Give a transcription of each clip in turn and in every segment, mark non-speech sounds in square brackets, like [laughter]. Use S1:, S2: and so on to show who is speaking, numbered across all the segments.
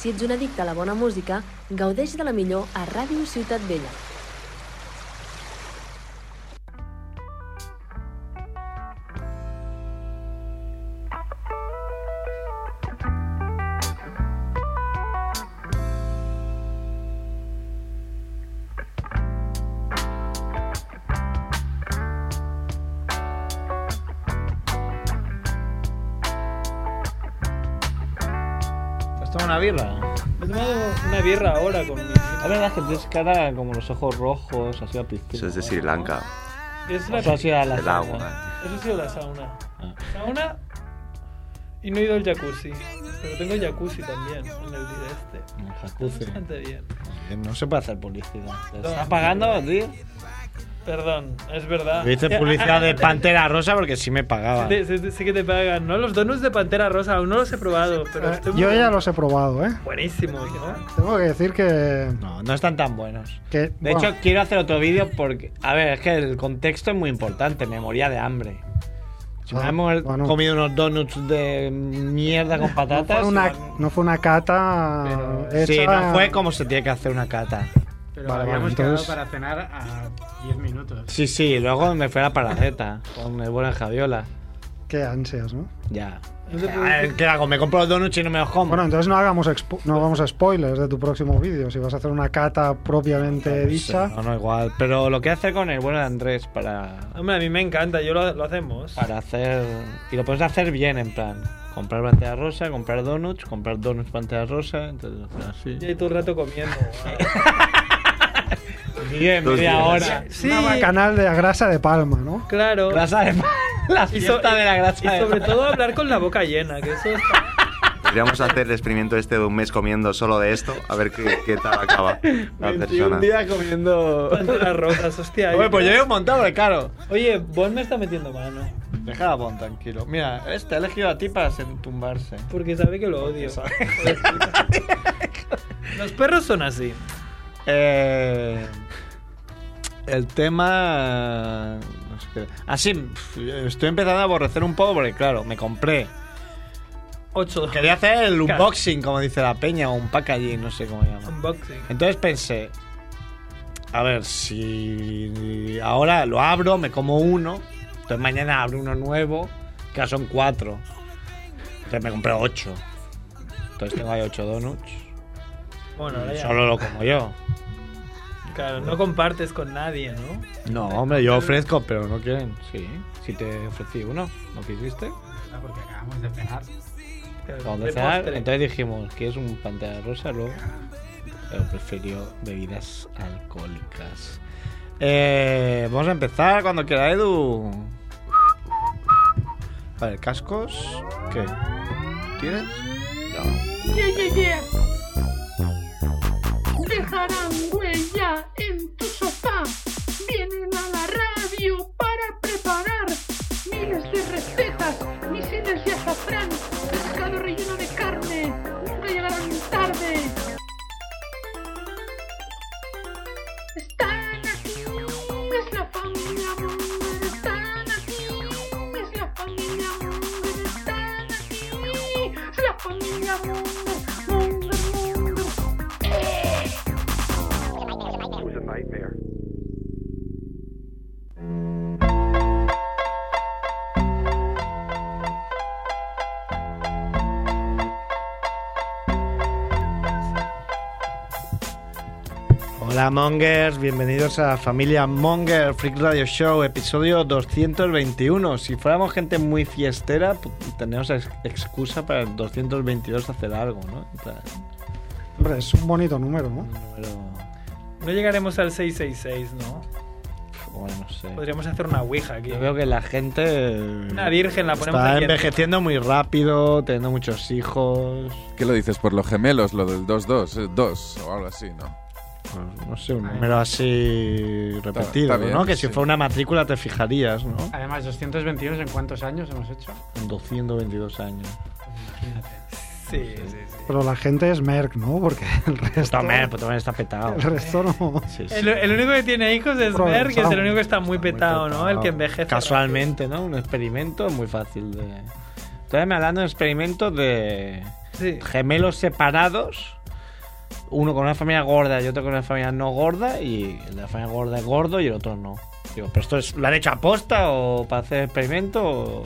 S1: Si ets un addicte a la bona música, gaudeix de la millor a Ràdio Ciutat Vella.
S2: Pues
S3: ¿Has tomado una birra?
S4: Me he tomado una birra ahora con mi...
S3: La verdad es que tienes cara como los ojos rojos, así a piscina.
S5: Eso es de Sri Lanka,
S4: Es la...
S3: Eso ha sido a la
S5: el
S3: sauna.
S5: agua.
S4: Eso ha sido la sauna.
S3: Ah.
S4: Sauna y no he ido al jacuzzi. Pero tengo jacuzzi también en el día este.
S3: En el
S4: Está
S3: jacuzzi.
S4: bastante bien.
S2: Eh,
S3: No se puede hacer publicidad. ¿Te
S4: No.
S3: ¿Estás
S4: [laughs]
S3: pagando, tío?
S4: Perdón, es verdad.
S2: Me hice publicidad de
S4: pan
S2: Pantera Rosa porque sí me pagaban.
S4: Sí, sí, sí que te pagan, ¿no? Los donuts de Pantera Rosa aún no los he probado, pero estoy muy
S6: Yo ya los he probado, ¿eh?
S4: buenísimos, ¿no?
S6: Tengo que decir que...
S2: No, no están tan buenos.
S6: que
S2: De
S6: bueno,
S2: hecho, quiero hacer otro vídeo porque. A ver, es que el contexto es muy importante. Me moría de hambre. Si me
S6: Ah,
S2: hubiéramos
S6: bueno.
S2: comido unos donuts de mierda con
S6: no fue
S2: patatas.
S6: una, no fue una cata
S4: Pero-
S6: hecha...
S2: Sí, no fue como se tiene que hacer una cata.
S7: Pero
S6: Vale,
S7: habíamos
S6: vale, entonces-
S7: quedado para cenar a 10 minutos.
S2: Sí, sí, luego me fui a la paraceta con el buen Javiola.
S6: Qué ansias, ¿no?
S2: Ya.
S4: No te
S2: A ver, ¿Qué hago? ¿Me compro los donuts y no me los como?
S6: Bueno, entonces no hagamos expo- no hagamos spoilers de tu próximo vídeo. Si vas a hacer una cata propiamente
S2: Sí,
S6: dicha...
S2: No, no, igual. Pero lo que hacer con el bueno de Andrés para,
S4: Hombre, a mí me encanta, yo lo, lo hacemos.
S2: para hacer. Y lo puedes hacer bien, en plan. Comprar pantalla rosa, comprar donuts, comprar donuts pantalla rosa. Entonces, hacer así.
S4: Y ahí todo el rato comiendo.
S2: [laughs]
S4: guau.
S2: Bien,
S5: Dos
S2: media
S5: días.
S2: hora.
S4: Sí,
S6: Canal de la grasa de palma, ¿no?
S4: claro.
S2: Grasa de pa- [laughs] La
S4: Y so-
S2: fiesta de la grasa
S4: y
S2: de
S4: sobre
S2: pa-
S4: todo hablar con la boca llena, que eso está...
S5: Podríamos hacer el experimento este de un mes comiendo solo de esto, a ver qué, qué tal acaba
S2: [laughs]
S5: la
S2: 21
S5: persona.
S2: días comiendo.
S4: Pantera Rosas, hostia.
S2: Oye, pues yo
S4: creo-
S2: llevo montado de caro.
S4: Oye, Bon me está metiendo mano.
S2: Deja Bon tranquilo. Mira, este ha elegido a ti para sen- tumbarse.
S4: Porque sabe que lo odio. Los perros son así.
S2: Eh, el tema. no sé qué- Así, pf, estoy empezando a aborrecer un poco porque, claro, me compré.
S4: [laughs] Ocho.
S2: Quería hacer el unboxing, como dice la peña, o un packaging, no sé cómo llama.
S4: Unboxing.
S2: Entonces pensé. A ver, si ahora lo abro, me como uno. Entonces mañana abro uno nuevo, que ya son cuatro. Entonces me compré ocho. Entonces tengo ahí ocho donuts.
S4: Bueno, ahora ya.
S2: Solo lo como yo.
S4: Claro, no compartes con nadie, ¿no?
S2: No, hombre, yo ofrezco, pero no quieren. Sí, si te ofrecí uno, ¿no quisiste?
S7: Ah, Porque acabamos de cenar.
S4: Claro,
S2: Cuando
S4: de
S2: cenar,
S4: postre.
S2: entonces dijimos que es un pantalla rosa, luego. Pero prefirió bebidas alcohólicas. Eh, vamos a empezar cuando quiera, Edu. A ver, cascos. ¿Qué? ¿Tienes?
S8: Yeah, yeah, yeah. Dejarán huella en tu sofá. Vienen a la radio para preparar miles de recetas, misiles de azafrán, pescado relleno de carne. Nunca llegarán tarde. Están aquí, es la familia Munger. Están aquí, es la familia Munger. Están aquí, es la familia Munger. Munger, Munger.
S2: Hola Mongers, bienvenidos a Familia Monger Freak Radio Show, episodio 221. Si fuéramos gente muy fiestera, pu- tendríamos ex- excusa para el 222 hacer algo, ¿no? En plan,
S6: Hombre, es un bonito número, ¿no?
S2: un número-
S4: No llegaremos al 666, ¿no?
S2: pf, Bueno, no sé.
S4: Podríamos hacer una ouija aquí.
S2: Yo veo que la gente. Una
S4: virgen la ponemos
S2: Está
S4: aquí
S2: envejeciendo muy rápido, teniendo muchos hijos.
S9: ¿Qué lo dices? Por los gemelos, lo del 2-2, 2 o algo así, ¿no?
S2: No sé, un número así repetido,
S9: está bien,
S2: ¿no? Que si
S9: sí.
S2: fuera una matrícula te fijarías, ¿no?
S7: Además, 221 en cuántos años hemos hecho.
S2: En 222 años.
S7: Imagínate.
S4: Sí, sí, sí.
S6: Pero la gente es Merck, ¿no? Porque el resto,
S2: También, pues también está petado.
S6: el resto no...
S2: Sí, sí.
S4: El, el único que tiene hijos es
S6: Provenza.
S4: Mer, que es el único que está muy petado, ¿no? El que envejece.
S2: Casualmente, ¿no? Un experimento muy fácil de. Todavía me hablando de un experimento de.
S4: Sí.
S2: gemelos separados, uno con una familia gorda y otro con una familia no gorda, y el de la familia gorda es gordo y el otro no. Digo, ¿pero esto es, lo han hecho a posta o para hacer experimento o...?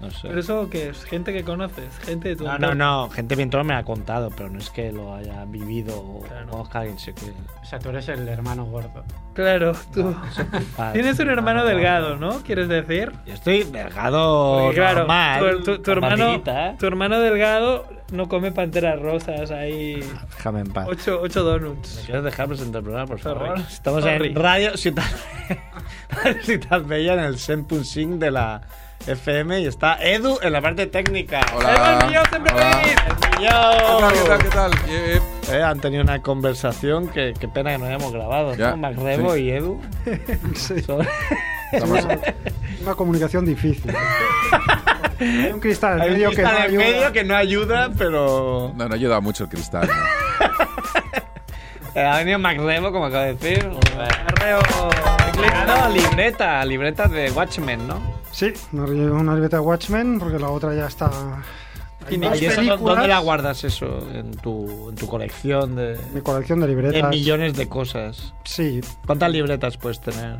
S2: No sé.
S4: Pero eso que es gente que conoces, gente de tu
S2: No, no,
S4: entorno.
S2: no, gente bien me ha contado, pero no es que lo haya vivido o
S4: Claro.
S2: conozca a alguien se que...
S7: O sea, tú eres el hermano gordo.
S4: Claro, tú. [laughs]
S2: Padre,
S4: Tienes un hermano
S2: gordo.
S4: delgado, ¿no? ¿Quieres decir?
S2: Yo estoy delgado
S4: Porque, claro,
S2: normal,
S4: tu, tu- tu
S2: con
S4: hermano,
S2: barriguita, ¿eh?
S4: tu hermano delgado no come panteras rosas, hay
S2: Déjame en paz.
S4: ocho, ocho
S2: ¿Me
S4: donuts.
S2: quieres dejar presentar el programa, por favor?
S4: Sorry.
S2: Estamos
S4: Sorry.
S2: en Radio Ciudad, [laughs] Ciudad Bella, en el 100.5 de la FM y está Edu en la parte técnica.
S9: Hola.
S4: ¡Hemos liado siempre
S9: Hola.
S4: feliz!
S9: ¿Qué
S2: Yo.
S9: tal, qué tal, qué tal? Eh, eh,
S2: Eh, han tenido una conversación que qué pena que no hayamos grabado,
S9: Ya,
S2: ¿no? Macrebo
S9: sí.
S2: y Edu.
S6: [laughs]
S2: Sobre-
S9: estamos-
S6: Una comunicación difícil. Hay un cristal
S2: Hay
S6: en
S2: un
S6: medio que no
S2: cristal en
S6: ayuda.
S2: medio que no ayuda, pero
S9: No, no ayuda mucho el
S2: [laughs]
S9: cristal. ¿no?
S2: Eh, ha venido Macrebo, como acabo de decir. Macrebo. Claro, libreta, libreta de Watchmen, ¿no?
S6: Sí, una, una libreta de Watchmen, porque la otra ya está. Hay
S2: ¿Y
S6: dos
S2: eso dó-
S6: películas.
S2: dónde la guardas eso? En tu, en tu colección de,
S6: Mi colección de
S2: de
S6: libretas.
S2: millones de cosas.
S6: Sí,
S2: ¿Cuántas libretas puedes tener?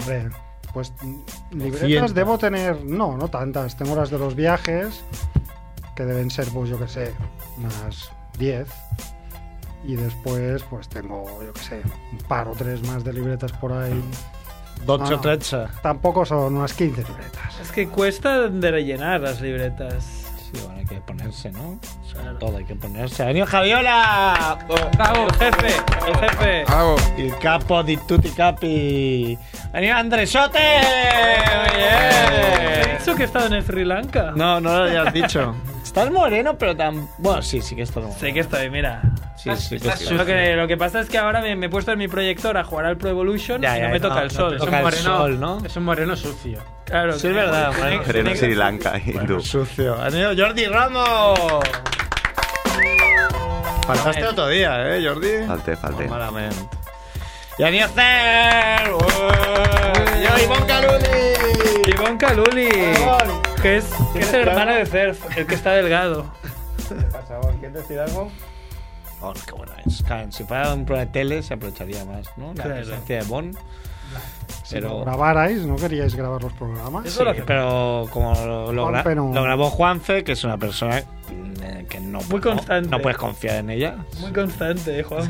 S6: hombre. Pues mm, libretas
S2: Cientos.
S6: debo tener. No, no tantas. Tengo las de los viajes, que deben ser, pues yo que sé, unas 10. Y después, pues tengo, yo que sé, un par o tres más de libretas por ahí.
S2: Doce
S6: Ah,
S2: o
S6: no.
S2: trece.
S6: Tampoco son unas 15 libretas.
S4: Es que cuesta de rellenar las libretas.
S2: Sí, bueno, hay que ponerse, ¿no? Sobre todo hay que ponerse. ¡Ha venido Javiola!
S4: ¡Bravo, jefe! ¡El jefe!
S9: Bravo.
S2: El capo di tutti capi. ¡Ha venido Andresote! Muy
S4: ¿Te he
S2: bien.
S4: dicho que he estado en el Sri Lanka?
S2: No, no lo habías dicho. Estás moreno, pero tan... Bueno, sí, sí que estás moreno.
S4: Sé que estoy, mira.
S2: Sí, sí que
S7: Estás-
S2: estás-
S4: Lo que, lo que pasa es que ahora me, me he puesto en mi proyector a jugar al Pro Evolution
S2: Ya,
S4: y
S2: ya,
S4: no me
S2: no,
S4: toca
S2: no
S4: el
S2: te
S4: sol.
S2: toca el sol, ¿no?
S7: Es un moreno sucio.
S4: Claro,
S2: Sí,
S4: que-
S2: es verdad,
S4: que-
S2: bueno,
S4: que-
S5: Pero en
S4: que-
S5: Sri Lanka,
S2: Bueno,
S5: hindú.
S2: sucio. Ha venido Jordi Ramos. Faltaste otro día, ¿eh, Jordi?
S5: Falte, falte.
S2: Malamente. Y ha venido Cer. ¡Ué! Yo, Ivonne Caruli.
S4: Ivonne Caluli,
S2: Ivonne.
S4: que es, que es el
S2: claro?
S4: hermano de Cerf, el que está delgado.
S2: ¿Quieres decir algo? Oh, qué bueno es. Claro, si fuera un programa de tele se aprovecharía más, ¿no? La
S4: Claro.
S2: presencia de Bon.
S6: Si lo
S2: Pero,
S6: grabarais, no queríais grabar los programas.
S2: Sí, pero como lo, lo gra-
S6: Juanfe no.
S2: lo grabó Juanfe, que es una persona mm, que no,
S4: Muy constante.
S2: no, no puedes confiar en ella.
S4: Muy constante, eh,
S2: [laughs]
S4: Juan.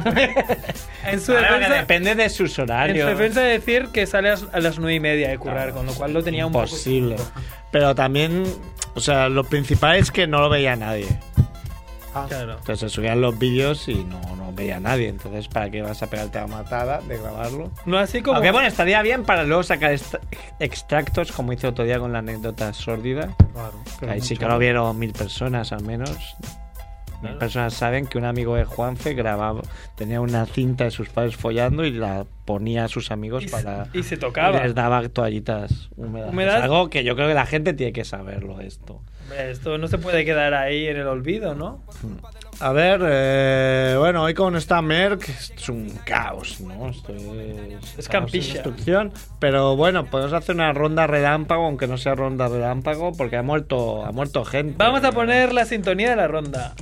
S4: en su
S2: Claro, que
S4: defensa,
S2: depende de sus
S4: en
S2: horarios.
S4: su defensa decir que sale a las- a las nueve y media de currar,
S2: Claro,
S4: con lo cual lo tenía un poco...
S2: Imposible. Pero también, o sea, lo principal es que no lo veía nadie.
S4: Claro.
S2: Entonces se subían los vídeos y no, no veía nadie. Entonces, ¿para qué vas a pegarte a matada de grabarlo?
S4: No así como...
S2: Aunque bueno, estaría bien para luego sacar est- extractos, como hice otro día con la anécdota sórdida.
S6: Claro,
S2: Que
S6: pero
S2: Ahí sí
S6: mucho.
S2: que lo vieron mil personas al menos. Mil personas saben que un amigo de Juanfe grababa, tenía una cinta de sus padres follando y la ponía a sus amigos
S4: y, se-
S2: para.
S4: y se
S2: y
S4: tocaba.
S2: les daba toallitas húmedas.
S4: Húmedas.
S2: Es algo que yo creo que la gente tiene que saberlo esto.
S4: Hombre, Esto no se puede quedar ahí en el olvido, ¿no?
S2: A ver, eh, bueno, hoy como no está Merck, es un caos, ¿no? Esto es,
S4: Es
S2: caos,
S4: campilla.
S2: destrucción. Pero bueno, podemos hacer una ronda relámpago, aunque no sea ronda relámpago, porque ha muerto, ha muerto gente.
S4: Vamos a poner la sintonía de la ronda.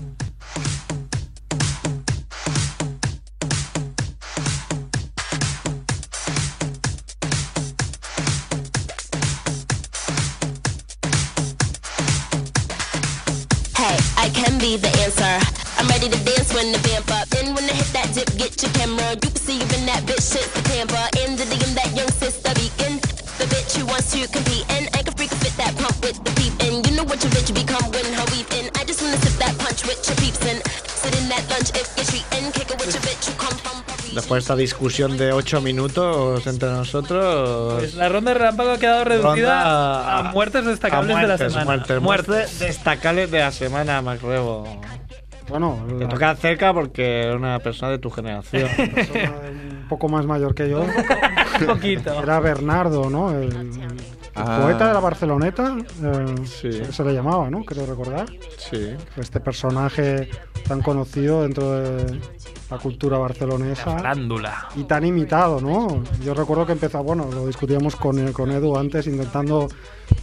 S10: Hey, I can be the answer. I'm ready to dance when the vamp up. Then when I hit that dip, get your camera. You can see you in that bitch shit the camper. In the DM, that young sister beacon. The bitch who wants to compete. And I can freak fit that pump with the peep. And you know what your bitch become when her weepin'. I just wanna sip that punch with your peeps and sit in that lunch if you're treatin'. Kick it with your bitch who come from Paris.
S2: Después de esta discusión de 8 minutos entre nosotros.
S4: Pues la ronda de relámpago ha quedado reducida
S2: ronda
S4: a, muertes destacables
S2: a
S4: de la
S2: muertes,
S4: semana.
S2: Muertes,
S4: Muertes.
S2: muertes destacables de la semana, Macrebo.
S6: Bueno,
S2: Te
S6: la
S2: toca cerca porque eres una persona de tu generación.
S6: persona un poco más mayor que yo
S4: [laughs] Un poquito.
S6: era Bernardo, ¿no? El, el
S9: Ah.
S6: poeta de la Barceloneta, eh,
S2: Sí.
S6: se, se le llamaba, ¿no? Creo recordar.
S2: sí.
S6: Este personaje tan conocido dentro de la cultura barcelonesa
S2: Ándula.
S6: y tan imitado, ¿no? Yo recuerdo que empezaba, bueno, lo discutíamos con, con Edu antes, intentando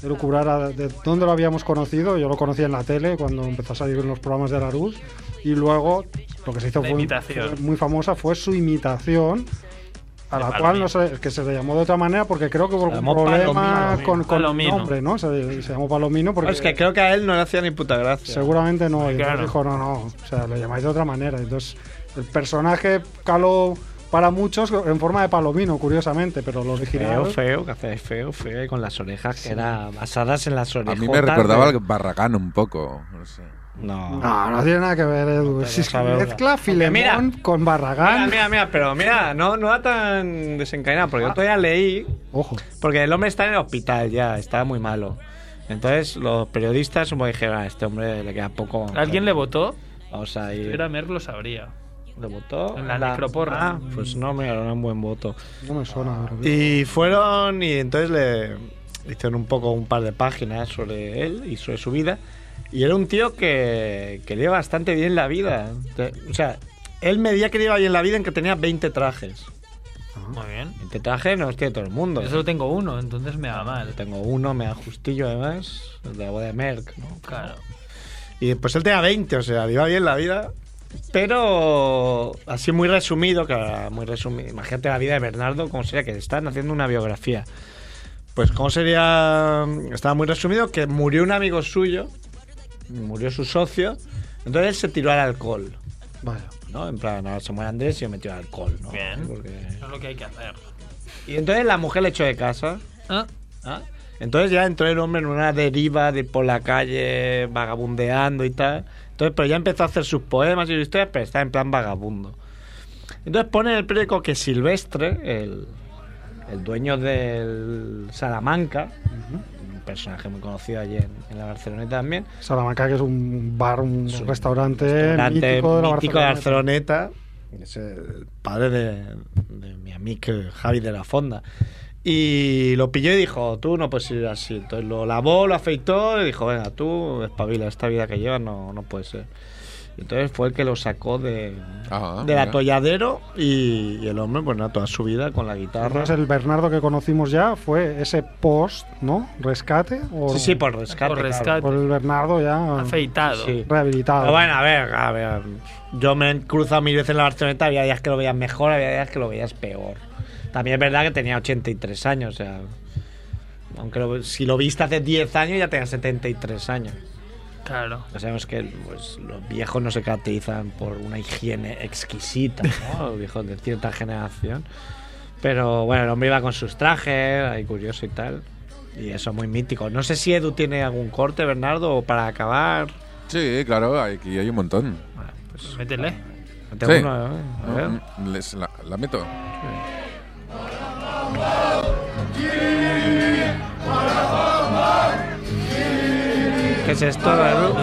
S6: elucubrar a- de dónde lo habíamos conocido. Yo lo conocía en la tele cuando empezó a salir en los programas de la luz. Y luego lo que se hizo
S4: La
S6: fue
S4: imitación.
S6: fue muy famosa fue su imitación, a
S7: De
S6: la
S7: Balvin.
S6: cual no sé, que se le llamó de otra manera porque creo que hubo algún
S2: llamó
S6: problema
S2: Palomino.
S6: con, con el
S7: Palomino.
S6: nombre, ¿no? Se, se llamó Palomino [laughs] porque
S2: Es que creo que a él no le hacía ni puta gracia.
S6: seguramente no. Y
S7: claro.
S6: entonces dijo, no, no, o sea, lo llamáis de otra manera. Entonces, el personaje caló para muchos en forma de Palomino, curiosamente, pero
S2: Feo,
S6: lo original...
S2: feo, que hace feo, feo, y con las orejas que era basadas en las
S9: A
S2: orejas.
S9: mí me recordaba al Barragán un poco. No sé.
S2: No.
S6: No, no tiene nada que ver, Edu.
S2: te
S6: Si es que
S2: vas a ver,
S6: mezcla Filemón
S2: mira.
S6: con
S2: Mira,
S6: Barragán.
S2: Ah, mira, mira, pero mira, no, no da tan desencadenado, porque yo todavía leí,
S6: Ojo.
S2: porque el hombre está en el hospital ya, está muy malo. Entonces los periodistas como dijeron, a este hombre le queda poco...
S4: ¿Alguien le votó?
S2: Vamos a
S4: Si
S2: ir...
S4: Era Merck lo sabría.
S2: ¿Le votó?
S4: en la necroporra.
S2: Ah, pues no, me era un buen voto.
S6: No me suena. pero-
S2: Y fueron y entonces le le hicieron un poco un par de páginas sobre él y sobre su vida. Y era un tío que, que lleva bastante bien la vida. Te- O sea, él medía que le iba bien la vida en que tenía 20 trajes.
S4: Muy bien.
S2: 20 trajes no los tiene todo el mundo.
S4: Yo solo tengo uno, entonces me da mal.
S2: Yo tengo uno, me da justillo además, el de la boda de Merck, ¿no?
S4: Claro.
S2: Y pues él tenía 20, o sea, le iba bien la vida. Pero así muy resumido, claro, muy resumido. Imagínate la vida de Bernardo, como sería que le están haciendo una biografía. Pues cómo sería, estaba muy resumido, que murió un amigo suyo, murió su socio, entonces él se tiró al alcohol,
S6: Vaya.
S2: ¿no? En plan, ahora se muere Andrés y yo me tiro al alcohol, ¿no?
S4: Bien.
S2: Porque-
S4: Eso es lo que hay que hacer.
S2: Y entonces la mujer le echó de casa.
S4: Ah,
S2: ¿Ah? Entonces ya entró el hombre en una deriva de ir por la calle vagabundeando y tal. Entonces, pero ya empezó a hacer sus poemas y sus historias, pero está en plan vagabundo. Entonces pone en el periódico que Silvestre, el, el dueño del Salamanca, un personaje muy conocido allí en, en la Barceloneta también,
S6: Salamanca, que es un bar, un
S2: Sí.
S6: restaurante,
S2: restaurante
S6: mítico de la
S2: mítico de
S6: Barcelona.
S2: Barceloneta, es el padre de, de mi amigo Javi de la Fonda. Y lo pilló y dijo, tú no puedes ir así. Entonces lo lavó, lo afeitó y dijo, venga, tú espabila, esta vida que llevas no, no puede ser. Y entonces fue el que lo sacó de,
S9: Ah,
S2: del
S9: mira.
S2: atolladero y, y el hombre, bueno, toda su vida con la guitarra.
S6: Entonces, el Bernardo que conocimos ya fue ese post, ¿no? Rescate. O
S2: Sí, sí, por rescate.
S4: Por
S2: claro.
S4: rescate.
S6: por el Bernardo ya
S4: afeitado.
S2: Sí.
S6: rehabilitado.
S2: Pero bueno, a ver, a ver. Yo me he cruzado mil veces en la Barceloneta, había días que lo veías mejor, había días que lo veías peor. También es verdad que tenía 83 años, o sea. Aunque lo- si lo viste hace 10 años, ya tenía 73 años.
S4: Claro.
S2: Ya sabemos que pues, los viejos no se caracterizan por una higiene exquisita, ¿no? Los viejos de cierta generación. Pero bueno, el hombre iba con sus trajes, ahí curioso y tal. Y eso muy mítico. No sé si Edu tiene algún corte, Bernardo, o para acabar.
S9: Sí, claro, aquí hay un montón.
S2: Bueno, pues-
S4: Métele.
S2: Tengo
S9: Sí.
S2: uno, ¿eh? A ver.
S9: Mm, les- la, la meto.
S2: ¿Qué es esto, Edu?
S9: [laughs]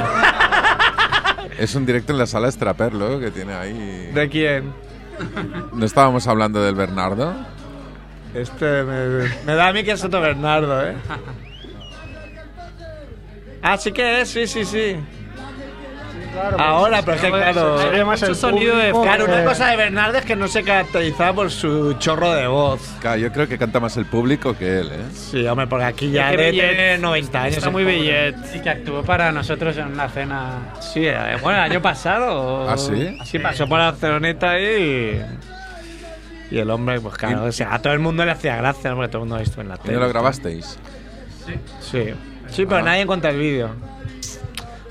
S9: Es un directo en la sala Straperlo que tiene ahí.
S2: ¿De [laughs] quién?
S9: ¿No estábamos hablando del Bernardo?
S2: Este me, me da a mí que es otro Bernardo, ¿eh? Así que es, sí, sí, sí. Ahora, Ah, pero pues, es que claro.
S4: Sería más el eh, sonido de
S6: público.
S2: Claro, una
S6: Eh.
S2: cosa de Bernardo es que no se caracterizaba por su chorro de voz.
S9: Claro, yo creo que canta más el público que él, ¿eh?
S2: Sí, hombre, porque aquí
S4: Es
S2: ya
S4: que
S2: debe
S4: Billet
S2: tener 90 años.
S4: Está
S2: el
S4: muy
S2: pobre.
S4: bellet.
S7: Y que actuó para nosotros en una cena.
S2: Sí, eh, bueno, el año pasado.
S9: ¿Ah, sí?
S2: Sí, pasó por Barceloneta y. Y el hombre, pues claro, o sea, a todo el mundo le hacía gracia, porque todo el mundo lo ha visto en la
S9: ¿Y
S2: tele.
S9: no lo grabasteis?
S2: Sí. Sí, pero
S9: Ah.
S2: nadie encuentra el vídeo.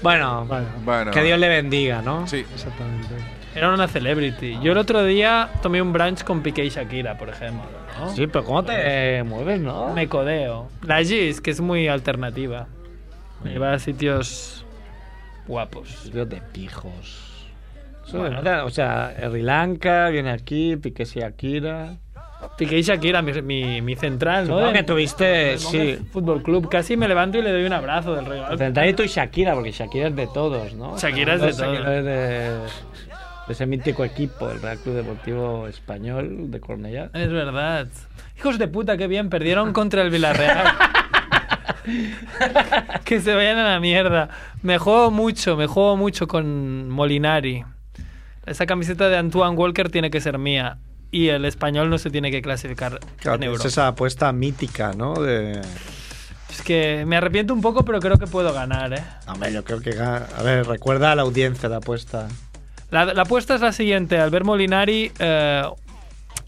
S2: Bueno,
S6: Vaya,
S9: Bueno.
S2: que Dios le bendiga, ¿no?
S9: Sí.
S6: exactamente.
S4: Era una celebrity. Yo el otro día tomé un brunch con Piqué y Shakira, por ejemplo. ¿no?
S2: Sí, pero ¿cómo te eh, mueves, no?
S4: Me codeo. La Gis, que es muy alternativa. Me lleva a sitios guapos.
S2: Dios de pijos. Eso
S4: Bueno.
S2: de verdad, O sea, Sri Lanka viene aquí, Piqué Shakira.
S4: Piqué y Shakira, mi, mi, mi central, ¿no?
S2: Supongo que
S4: Del-
S2: tuviste,
S4: del Monge
S2: sí.
S4: Fútbol Club. Casi me levanto y le doy un abrazo del
S2: Al
S4: regalo.
S2: central y tú y Shakira, porque Shakira es de todos, ¿no?
S4: Shakira es de
S2: Shakira
S4: todos.
S2: es de, de ese mítico equipo, el Real Club Deportivo Español de Cornellá. [laughs]
S4: Es verdad. Hijos de puta, qué bien. Perdieron contra el Villarreal. que se vayan a la mierda. Me juego mucho, me juego mucho con Molinari. Esa camiseta de Antoine Walker tiene que ser mía. Y el español no se tiene que clasificar en
S2: Claro,
S4: Euro.
S2: es esa apuesta mítica, ¿no? De...
S4: Es que me arrepiento un poco, pero creo que puedo ganar, ¿eh?
S2: Hombre, yo creo que. gana- A ver, recuerda a la audiencia la apuesta.
S4: La, la apuesta es la siguiente. Albert Molinari, eh,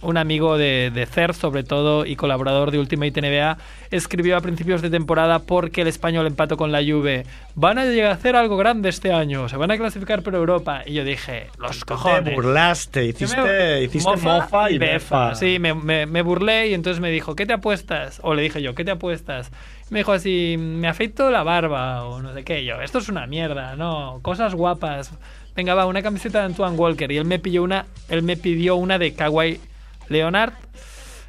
S4: un amigo de, de CER sobre todo y colaborador de Ultimate NBA, escribió a principios de temporada porque el español empató con la Juve. Van a llegar a hacer algo grande este año. Se van a clasificar por Europa. Y yo dije, los
S2: Te
S4: cojones.
S2: burlaste,
S4: Yo
S2: hiciste,
S4: me-
S2: hiciste mofa, y befa.
S4: Sí, me, me- me burlé y entonces me dijo, ¿qué te apuestas? O le dije yo, ¿qué te apuestas? Me dijo así, me afeito la barba o no sé qué. Y Yo, esto es una mierda, no, cosas guapas. Venga, va, una camiseta de Antoine Walker. Y él me, pilló una, él me pidió una de Kawhi Leonard.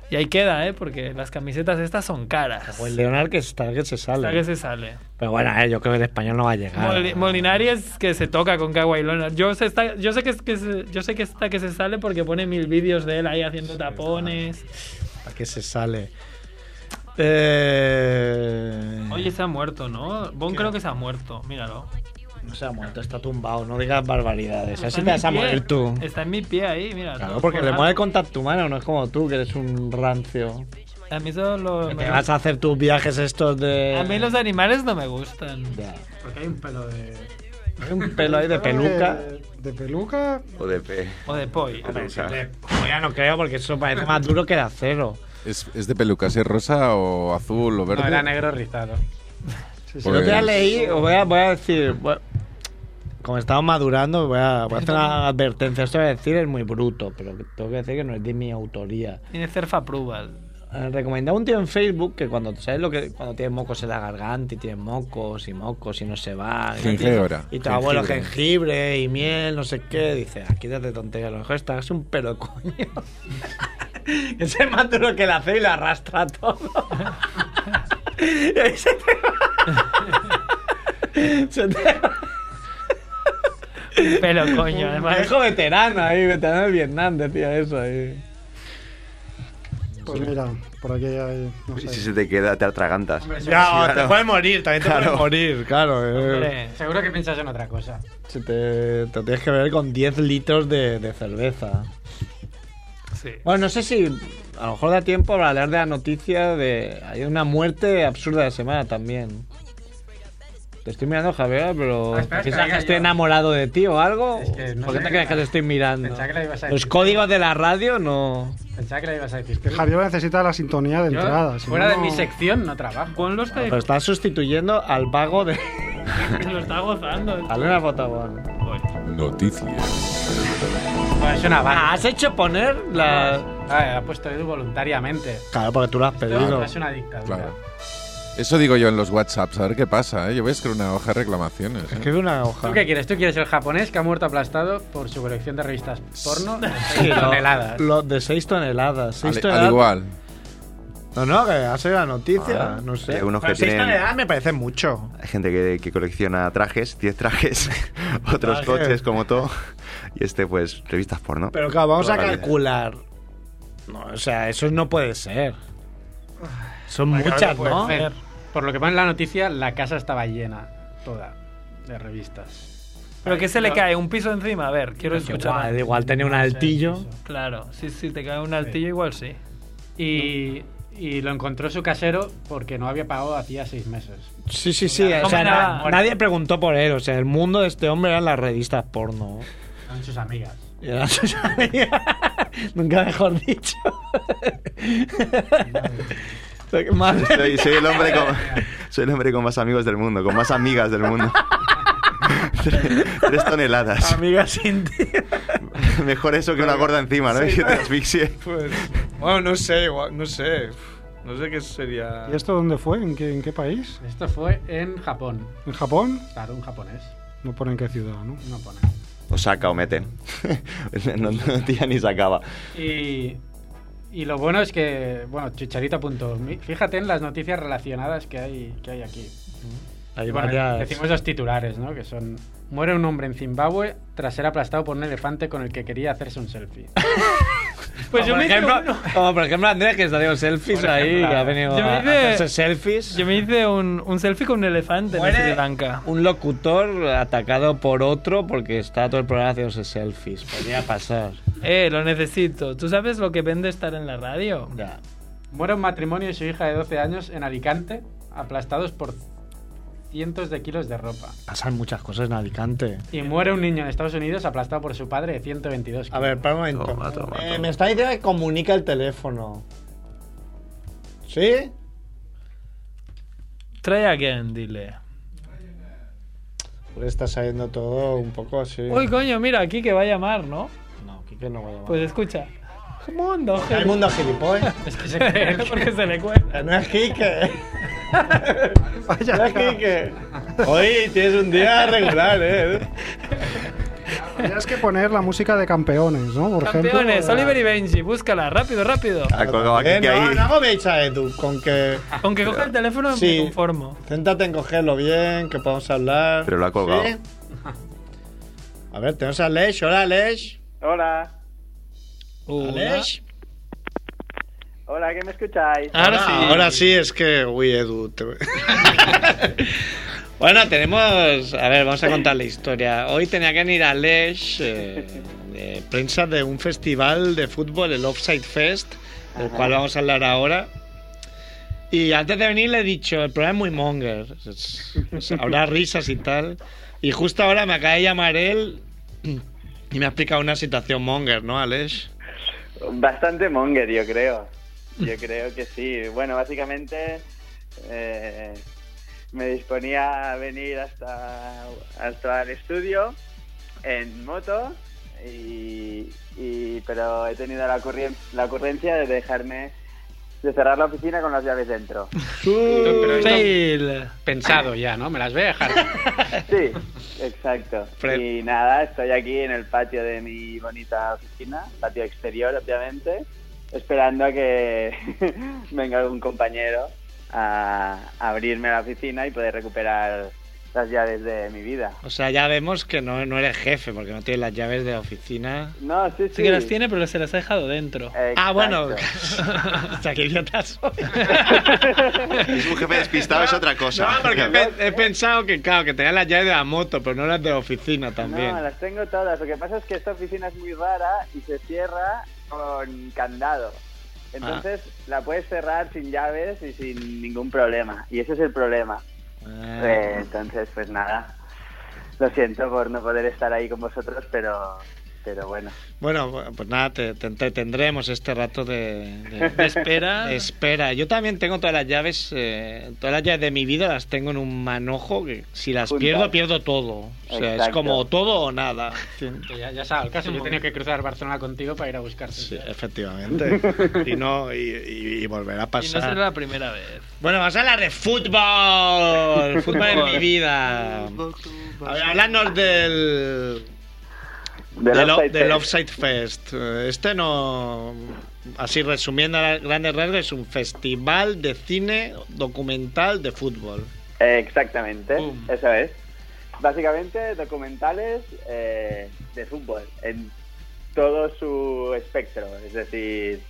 S4: Y ahí queda, ¿eh? Porque las camisetas estas son caras.
S2: O el Leonard que está que se sale.
S4: Hasta que se sale.
S2: Pero bueno, eh, yo creo que el español no va a llegar.
S4: Moli- Molinari es que se toca con Kawhi Leonard. Yo sé, está- yo sé que, es- que se- yo sé que está que se sale porque pone mil vídeos de él ahí haciendo tapones.
S2: ¿A qué se sale? Eh...
S4: Oye, se ha muerto, ¿no? Bon creo que se ha muerto, míralo.
S2: no se ha muerto, está tumbado. No digas barbaridades.
S4: Está
S2: Así
S4: en
S2: te
S4: mi
S2: vas a
S4: pie.
S2: morir tú.
S4: Está en mi pie ahí, mira.
S2: Claro,
S4: todo
S2: porque le
S4: forrado.
S2: mueve contacto humano, no es como tú, que eres un rancio.
S4: A mí solo lo-
S2: Que
S4: me-
S2: te vas a hacer tus viajes estos de.
S4: a mí los animales no me gustan.
S2: Ya.
S4: Porque hay un pelo de...
S2: Hay un pelo [laughs] ahí de peluca.
S6: De, de peluca,
S5: O de pe.
S4: O de poi.
S2: Pues ya no creo, porque eso parece más duro que el acero.
S9: ¿Es, es de peluca? ¿Si es rosa o azul o verde?
S7: No, era negro rizado.
S6: sí,
S2: Si no te la
S9: Pues-
S2: leí, os voy a, voy a decir. voy- como estamos madurando, voy a, voy a hacer una advertencia. Esto que voy a decir es muy bruto, pero tengo que decir que no es de mi autoría.
S4: Tiene cerfa approval.
S2: Eh, Recomendaba un tío en Facebook que cuando sabes lo que cuando tienes mocos en la garganta y tienes mocos y mocos y no se va. y-
S9: Gingebra,
S2: Y tu abuelo
S9: jengibre.
S2: jengibre y miel, no sé qué. Dice, aquí te tonterías, a lo mejor estás un pelo coño. [laughs] Ese es más duro que el hace y lo arrastra todo. [laughs] y ahí se te va. [laughs] se te va.
S4: Un pelo, coño,
S2: Me
S4: además.
S2: dejo veterano ahí, veterano de Vietnam, decía eso ahí.
S6: pues mira, por aquí hay, no
S5: Si
S6: sé.
S5: se te queda, te atragantas.
S2: Ya, o te puedes morir, también te puedes morir, claro. eh.
S4: Hombre,
S7: Seguro que piensas en otra cosa.
S2: Se te, te tienes que beber con 10 litros de, de cerveza.
S4: Sí.
S2: Bueno, no sé si a lo mejor da tiempo para hablar de la noticia de. Hay una muerte absurda de semana también. Te estoy mirando, Javier, pero.
S7: Ah, espera,
S2: ¿Piensas
S7: espera,
S2: que
S7: que
S2: estoy
S7: yo-
S2: enamorado de ti o algo?
S7: Es que no
S2: ¿Por qué te
S7: sé qué
S2: crees que
S7: era.
S2: te estoy mirando?
S7: Pensaba que la ibas a
S2: Los
S7: decir.
S2: códigos de la radio no.
S7: Pensaba que la ibas a decir. tú.
S6: Javier necesita la sintonía de
S7: Yo,
S6: entrada. si
S7: fuera
S6: no,
S7: de mi
S6: no-
S7: sección no trabajo.
S4: Con los que
S2: Pero estás sustituyendo al vago de. [laughs] pues-
S4: lo está gozando.
S2: Dale una Botavón.
S4: Voy.
S9: Noticias.
S7: No, es Pues una
S2: Ah,
S7: vaga.
S2: has hecho poner la.
S7: Ah, la ha puesto Edu voluntariamente.
S2: Claro, porque tú lo has
S7: No,
S2: pedido.
S7: es una dictadura.
S9: Claro. Eso digo yo en los WhatsApps, a ver qué pasa. ¿eh? Yo voy a escribir una hoja de reclamaciones. ¿eh?
S2: Escribe una hoja.
S7: ¿Tú qué quieres? ¿Tú quieres el japonés que ha muerto aplastado por su colección de revistas porno de
S2: Sí,
S7: seis
S2: lo-
S7: toneladas?
S2: lo de 6 toneladas.
S9: Al-
S2: seis
S9: Al,
S2: toneladas.
S9: igual.
S2: No, no, que ha sido la noticia.
S5: Ah,
S2: no sé.
S5: hay unos que
S2: Pero seis
S5: tienen-
S2: toneladas me parece mucho.
S5: Hay gente que, que colecciona trajes, 10 trajes, [laughs] otros
S2: Trajes.
S5: coches como todo. Y este, pues, revistas porno.
S2: Pero claro, vamos a
S5: Toda la vida.
S2: calcular. No, o sea, eso no puede ser. Son muchas, ¿no?
S7: Fer, Por lo que pone en la noticia, la casa estaba llena, toda, de revistas.
S4: ¿Pero qué se le cae? ¿Un piso encima? A ver, quiero escuchar.
S2: Igual, igual tenía un altillo.
S4: Claro, si sí, sí, te cae un altillo igual sí.
S7: Y, y lo encontró su casero porque no había pagado hacía seis meses.
S2: Sí, sí, sí. O sea,
S4: ¿Cómo
S2: na-
S4: era?
S2: nadie preguntó por él. O sea, el mundo de este hombre eran las revistas porno. [laughs]
S7: Son sus amigas.
S2: Y eran sus amigas. Nunca mejor dicho. [laughs] Madre.
S5: Soy, soy el hombre con, soy el hombre con más amigos del mundo, con más amigas del
S2: [laughs]
S5: mundo. [laughs] tres, tres toneladas.
S2: Amigas sin ti.
S5: Mejor eso que una gorda encima, ¿no? Que [laughs] te asfixie.
S2: Pues, bueno, no sé, igual, no sé. No sé qué sería.
S6: ¿Y esto dónde fue? ¿En qué, en qué país?
S7: Esto fue en Japón.
S6: ¿En Japón?
S7: Claro, un japonés.
S6: No pone en qué ciudad, ¿no?
S7: No pone.
S5: O saca o meten. [laughs] No, no, tía, ni sacaba.
S7: Y, y lo bueno es que, bueno, chicharito.mi. Fíjate en las noticias relacionadas que hay, que hay aquí.
S2: Hay
S7: Y bueno,
S2: varias-
S7: decimos los titulares, ¿no? Que son... Muere un hombre en Zimbabue tras ser aplastado por un elefante con el que quería hacerse un selfie.
S4: Pues yo
S2: por
S4: me hice
S2: ejemplo,
S4: uno.
S2: Como por ejemplo Andrés, que está haciendo selfies
S7: Por
S2: ahí,
S7: ejemplo,
S2: que ha venido
S4: yo me
S2: a
S4: hice-
S2: a hacerse selfies.
S4: Yo me hice un, un selfie con un elefante en
S2: Muere
S4: Sri Lanka.
S2: Un locutor atacado por otro porque está todo el programa haciéndose selfies. Podría pasar.
S4: Eh, lo necesito. ¿Tú sabes lo que vende estar en la radio?
S2: Ya.
S7: Muere un matrimonio y su hija de 12 años en Alicante, aplastados por cientos de kilos de ropa.
S2: Pasan muchas cosas en Alicante.
S7: Y muere un niño en Estados Unidos aplastado por su padre de 122 kilos.
S2: A ver, para un momento.
S5: Toma, toma,
S2: Eh,
S5: toma.
S2: me está diciendo que comunica el teléfono. ¿Sí?
S4: Try again, dile.
S2: Pues está saliendo todo un poco así.
S4: Uy, coño, mira, aquí que va a llamar, ¿no?
S2: no, Kike no va a llamar.
S4: Pues escucha. Mundo,
S2: el mundo
S4: [laughs]
S2: [laughs] gilipollas.
S7: Es que
S2: [laughs]
S7: se cree que-
S4: Porque se le cuela.
S2: no es Kike.
S6: Vaya,
S2: No
S4: [laughs]
S2: es
S6: ya
S2: Kike. Hoy tienes un día regular, ¿eh?
S6: tienes que poner la música de campeones, ¿no? Por ejemplo,
S4: Campeones,
S6: eh,
S4: Oliver y Benji, búscala, rápido, rápido.
S5: Ha colgado aquí
S2: Eh,
S5: que
S2: no,
S5: ahí.
S2: no veis a Edu Eh, con que...
S4: Aunque coja el teléfono,
S2: Sí.
S4: me conformo.
S2: Céntate en cogerlo bien, que podamos hablar.
S5: Pero lo ha colgado.
S2: ¿Sí? A ver, tenemos a Lesh. Hola, Lesh.
S11: Hola,
S4: Una.
S2: Lesh.
S11: hola, ¿qué me escucháis?
S4: Ahora sí.
S2: Ahora sí es que, uy, Edu. te- [laughs] bueno, tenemos. A ver, vamos a contar la historia. Hoy tenía que venir a Lesh, eh, de prensa de un festival de fútbol, el Offside Fest, del cual vamos a hablar ahora. Y antes de venir le he dicho, el programa es muy monger, es- es- habrá risas y tal. Y justo ahora me acaba de llamar él y me ha explicado una situación monger, ¿no, Alex?
S11: Bastante monger, yo creo. Yo creo que sí. Bueno, básicamente eh, me disponía a venir hasta, hasta el estudio en moto, y, y- pero he tenido la, ocurrien- la ocurrencia de dejarme de cerrar la oficina con las llaves dentro.
S7: Pero esto
S4: Fail.
S7: pensado ya, ¿no? Me las voy a
S6: [laughs]
S7: dejar.
S11: Sí, exacto.
S2: Fred.
S11: Y nada, estoy aquí en el patio de mi bonita oficina, patio exterior, obviamente, esperando a que [laughs] venga algún compañero a abrirme la oficina y poder recuperar las llaves de mi vida.
S2: O sea, ya vemos que no, no eres jefe, porque no tienes las llaves de la oficina.
S11: No, sí, sí.
S4: Sí que las tiene, pero se las ha dejado dentro.
S2: Ah, bueno.
S11: Exacto.
S2: [laughs] o sea, qué idiota soy.
S5: Es un jefe despistado, es otra cosa.
S2: No, porque he, pe- he pensado que, claro, que tenía las llaves de la moto, pero no las de la oficina también.
S11: No, las tengo todas. Lo que pasa es que esta oficina es muy rara y se cierra con candado. Entonces la puedes cerrar sin llaves y sin ningún problema. Y ese es el problema.
S2: Ah.
S11: Eh, entonces, pues nada. Lo siento por no poder estar ahí con vosotros, pero, pero bueno.
S2: Bueno, pues nada, te, te entretendremos este rato de, de-
S4: De espera. [laughs]
S11: Eh,
S2: de espera. Yo también tengo todas las llaves, eh, todas las llaves de mi vida las tengo en un manojo que si las
S11: Juntas.
S2: pierdo, pierdo todo. O sea, es
S11: Exacto.
S2: como todo o nada. Sí,
S7: Que ya, ya sabes, casi yo he tenido que cruzar Barcelona contigo para ir a buscarte.
S2: sí,
S11: [laughs]
S2: efectivamente. Y no, y, y- y volverá a
S4: Y no
S2: pasar.
S4: será la primera vez.
S2: Bueno, vamos a hablar
S4: [laughs]
S2: de fútbol. Fútbol de mi vida. A ver, Háblanos del.
S11: Del
S2: del o-
S11: Offside
S2: del
S11: Fest.
S2: Offside Fest. Eh, Este no. Así resumiendo a grandes rasgos, es un festival de cine documental de fútbol.
S11: Eh, exactamente,
S4: Boom.
S11: eso es. Básicamente documentales eh, de fútbol en todo su espectro. Es decir,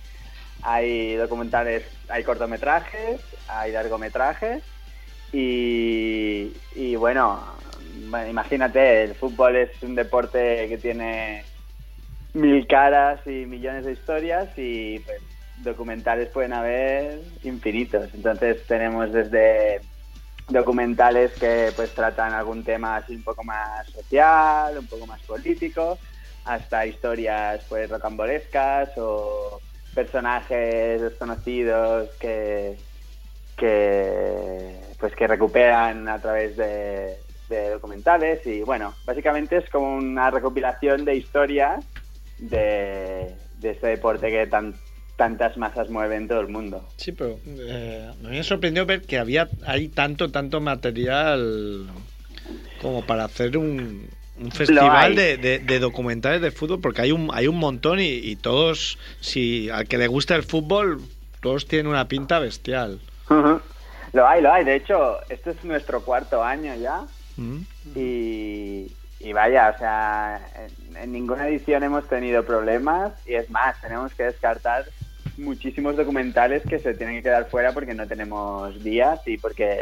S11: hay documentales, hay cortometrajes, hay largometrajes y, y bueno, bueno, imagínate, el fútbol es un deporte que tiene mil caras y millones de historias y pues, documentales pueden haber infinitos. Entonces tenemos desde documentales que pues tratan algún tema así un poco más social, un poco más político, hasta historias pues rocambolescas o personajes desconocidos que que pues que recuperan a través de, de documentales y bueno, básicamente es como una recopilación de historias de, de este deporte que tan, tantas masas mueve en todo el mundo.
S2: Sí, pero eh, a mí me sorprendió ver que había hay tanto, tanto material como para hacer un, un festival
S11: hay.
S2: de, de- de documentales de fútbol, porque hay un, hay un montón y, y todos, si al que le gusta el fútbol, todos tienen una pinta bestial.
S11: Ujú. Lo hay, lo hay. De hecho, este es nuestro cuarto año ya
S2: ¿Mm?
S11: y, y y vaya, o sea, en, en ninguna edición hemos tenido problemas y es más, tenemos que descartar muchísimos documentales que se tienen que quedar fuera porque no tenemos días y porque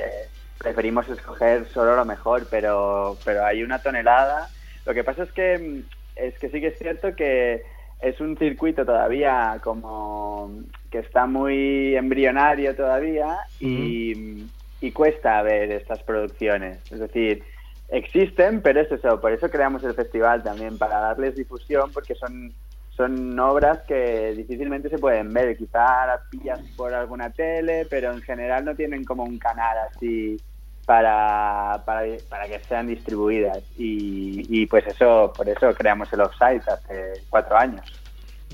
S11: preferimos escoger solo lo mejor, pero, pero hay una tonelada. Lo que pasa es que, mm, es que sí que es cierto que es un circuito todavía como que está muy embrionario todavía
S2: Mm.
S11: y, y cuesta ver estas producciones. Es decir, existen, pero es eso, por eso creamos el festival también, para darles difusión, porque son, son obras que difícilmente se pueden ver. Quizá las pillas por alguna tele, pero en general no tienen como un canal así para, para, para que sean distribuidas. Y, y pues eso, por eso creamos el offsite hace cuatro años.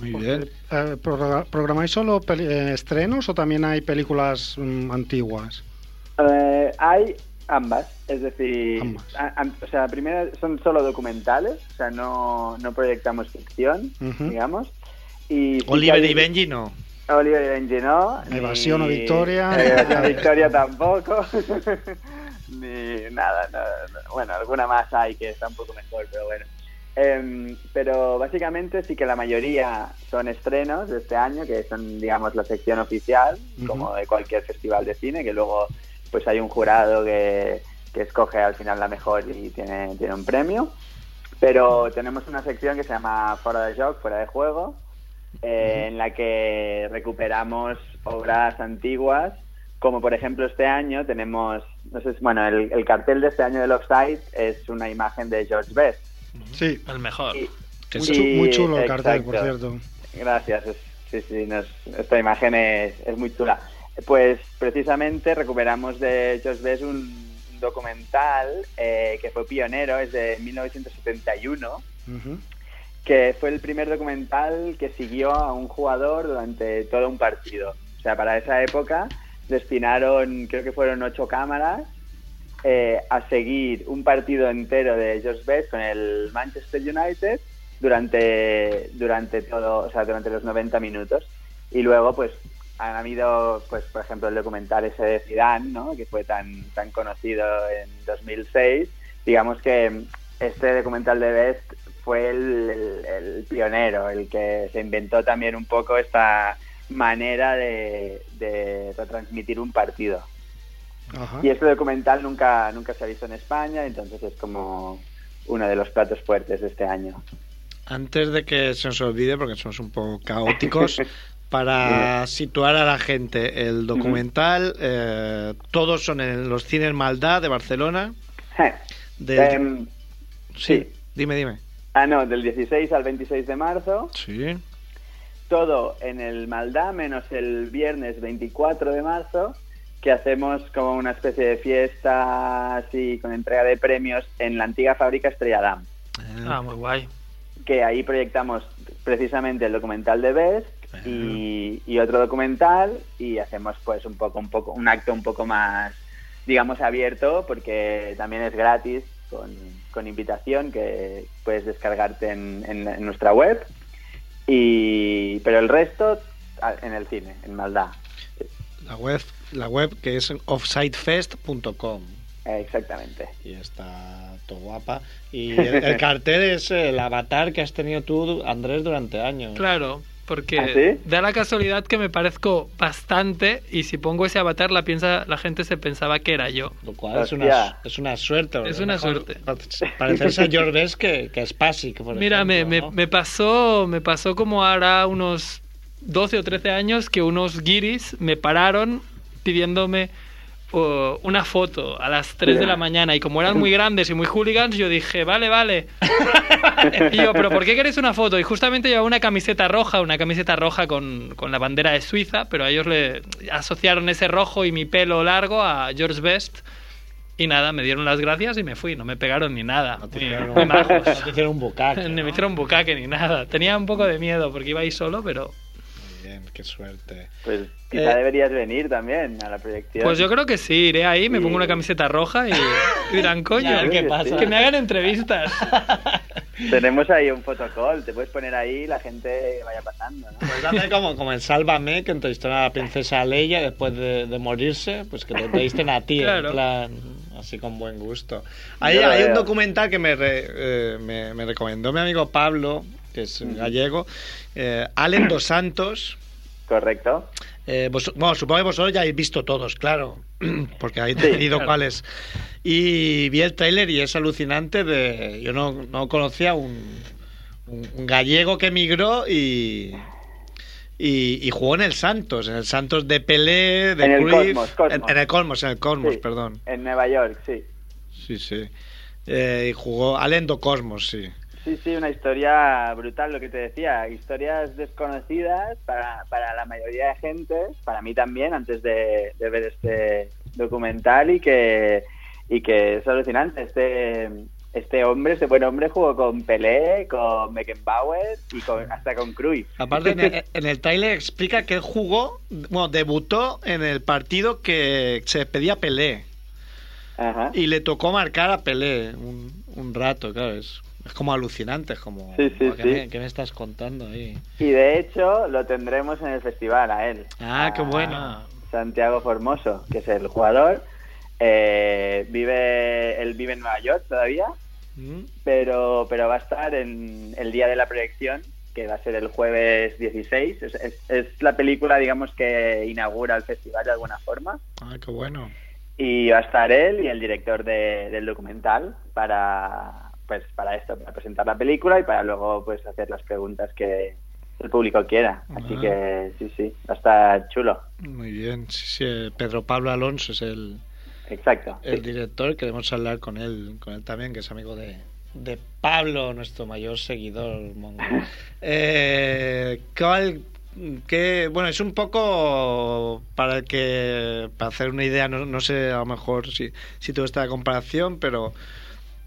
S2: Muy bien.
S6: Eh, progra- ¿Programáis solo peli- eh, estrenos o también hay películas
S11: [laughs]
S6: mm, antiguas?
S11: Eh, hay ambas, es decir, a- am- o sea, primero son solo documentales, o sea, no, no proyectamos ficción,
S2: Ujú.
S11: digamos. Y sí que
S2: Oliver
S11: hay-
S2: y Benji no.
S11: Oliver y Benji no.
S6: Evasión
S11: ni-
S6: o Victoria.
S11: [laughs] Evasión o Victoria tampoco. [laughs] ni nada, no, no. bueno, alguna más hay que está un poco mejor, pero bueno. Em, pero básicamente sí que la mayoría son estrenos de este año, que son, digamos, la sección oficial,
S12: Ujú.
S11: como de cualquier festival de cine, que luego pues hay un jurado que, que escoge al final la mejor y tiene, tiene un premio. Pero tenemos una sección que se llama Fuera de Joc, Fuera de Juego, eh, en la que recuperamos obras antiguas, como por ejemplo este año tenemos, no sé, si- bueno, el, el cartel de este año del Offside es una imagen de George Best.
S6: Sí.
S4: El mejor.
S6: Muy, chu- muy chulo el
S11: exacto.
S6: cartel, por cierto.
S11: Gracias, es- sí, sí, nos- esta imagen es, es muy chula. Pues precisamente recuperamos de George Best un documental eh, que fue pionero, es de 1971 que fue el primer documental que siguió a un jugador durante todo un partido. O sea, para esa época destinaron, creo que fueron ocho cámaras, eh, a seguir un partido entero de George Best con el Manchester United durante, durante todo, o sea, durante los 90 minutos. Y luego, pues, han habido, pues, por ejemplo, el documental ese de Zidane, ¿no? Que fue tan, tan conocido en 2006. Digamos que este documental de Best fue el, el- el pionero, el que se inventó también un poco esta manera de, de retransmitir un partido.
S13: Ah.
S6: Ajá.
S11: Y este documental nunca, nunca se ha visto en España, entonces es como uno de los platos fuertes de este año.
S2: Antes de que se nos olvide, porque somos un poco
S11: [laughs]
S2: caóticos, para situar a la gente, el documental, eh, todos son en los cines Maldad de Barcelona. Del-
S11: Em,
S2: sí, dime, dime.
S11: ah, no, del 16 al 26 de marzo,
S2: Sí.
S11: todo en el Maldá, menos el viernes 24 de marzo, que hacemos como una especie de fiesta así con entrega de premios en la antigua fábrica Estrella Damm.
S4: Ah, muy guay.
S11: que ahí proyectamos precisamente el documental de Best y, y otro documental y hacemos pues un poco un poco un acto un poco más digamos abierto porque también es gratis con, con invitación que puedes descargarte en, en- en nuestra web y pero el resto a- en el cine en Maldá
S2: La web, la web que es offsitefest.com.
S11: eh, exactamente
S2: y está todo guapa
S11: [laughs]
S2: Y el, el cartel es el avatar que has tenido tú, Andrés, durante años.
S4: Claro, porque
S2: ¿Ah, sí?
S4: da la casualidad que me parezco bastante y si pongo ese avatar la piensa la gente se pensaba que era yo.
S2: Lo cual es una, es una suerte.
S4: Es una
S2: Mejor
S4: suerte.
S2: pa- Parecerse a Jordés que, que a Spasic, por
S4: Mira, me,
S2: ejemplo,
S4: me, me pasó me pasó como ahora unos 12 o 13 años que unos guiris me pararon pidiéndome oh, una foto a las 3 de la mañana y como eran muy grandes y muy hooligans yo dije, vale, vale. Y yo, pero ¿por qué queréis una foto? Y justamente llevaba una camiseta roja, una camiseta roja con, con la bandera de Suiza, pero a ellos le asociaron ese rojo y mi pelo largo a George Best. Y nada, me dieron las gracias y me fui. No me pegaron ni nada. Muy-
S2: hicieron-
S4: muy majos.
S2: no te hicieron un
S4: [laughs]
S2: bucaque,
S4: Ni me hicieron bucaque ni nada. Tenía un poco de miedo porque iba ahí solo, pero...
S2: ¿no? Bien, qué suerte.
S11: pues quizá
S4: Eh.
S11: deberías venir también a la proyección
S4: Pues yo creo que sí, iré ahí, me pongo una camiseta roja y, y dirán, coño,
S11: Ya, ¿qué
S4: que-
S11: pasa?
S4: que me hagan entrevistas.
S11: [laughs] tenemos ahí un fotocall te puedes poner ahí y la gente vaya pasando ¿no?
S2: Pues hace como, como en Sálvame, que entrevistaron a la princesa Leia después de, de morirse, pues que te entrevisten a ti,
S11: Claro.
S2: en plan, así con buen gusto. Hay,
S11: Yo lo
S2: hay un
S11: veo.
S2: documental que me, re- eh, me, me recomendó mi amigo Pablo, que es gallego, eh, Allen dos Santos. Eh,
S11: Correcto.
S2: bueno, supongo que vosotros ya habéis visto todos, claro, porque habéis decidido
S11: claro.
S2: cuáles. Y vi el tráiler y es alucinante. De, yo no, no conocía un, un- un gallego que emigró y, y, y jugó en el Santos, en el Santos de Pelé, de
S11: En el
S2: Cruyff,
S11: Cosmos,
S2: En,
S11: Cosmos.
S2: en el Cosmos, en el Cosmos,
S11: Sí.
S2: perdón.
S11: En Nueva York, sí.
S2: Sí, sí. Eh, y jugó Alendo Cosmos, sí.
S11: Sí, sí, una historia brutal, lo que te decía. Historias desconocidas para, para la mayoría de gente, para mí también, antes de, de ver este documental y que, y que es alucinante. Este, este hombre, este buen hombre, jugó con Pelé, con Beckenbauer y con, hasta con Cruyff. [laughs]
S2: Aparte, en el, en el tráiler explica que él jugó, bueno, debutó en el partido que se pedía Pelé.
S11: Ajá.
S2: Y le tocó marcar a Pelé un, un rato, claro, es, es como alucinante, es como...
S11: Sí, sí,
S2: ¿qué,
S11: sí.
S2: Me, qué me estás contando ahí?
S11: Y de hecho, lo tendremos en el festival a él.
S2: Ah, qué
S11: A
S2: bueno.
S11: Santiago Formoso, que es el jugador. Eh, vive, él vive en Nueva York todavía,
S2: Mm.
S11: pero, pero va a estar en el día de la proyección, que va a ser el jueves 16. Es, es- es la película, digamos, que inaugura el festival de alguna forma.
S2: Ah, qué bueno.
S11: Y va a estar él y el director de- del documental para, pues, para esto, para presentar la película y para luego pues hacer las preguntas que el público quiera. Así
S2: Ah.
S11: que sí, sí, va a estar chulo.
S2: Muy bien, sí, sí, eh, Pedro Pablo Alonso es el,
S11: Exacto.
S2: el director, queremos hablar con él, con él también, que es amigo de, de Pablo, nuestro mayor seguidor. mongo. Eh, ¿cuál- qué- bueno, es un poco para el que, para hacer una idea, no, no sé a lo mejor si, si tuvo esta comparación, pero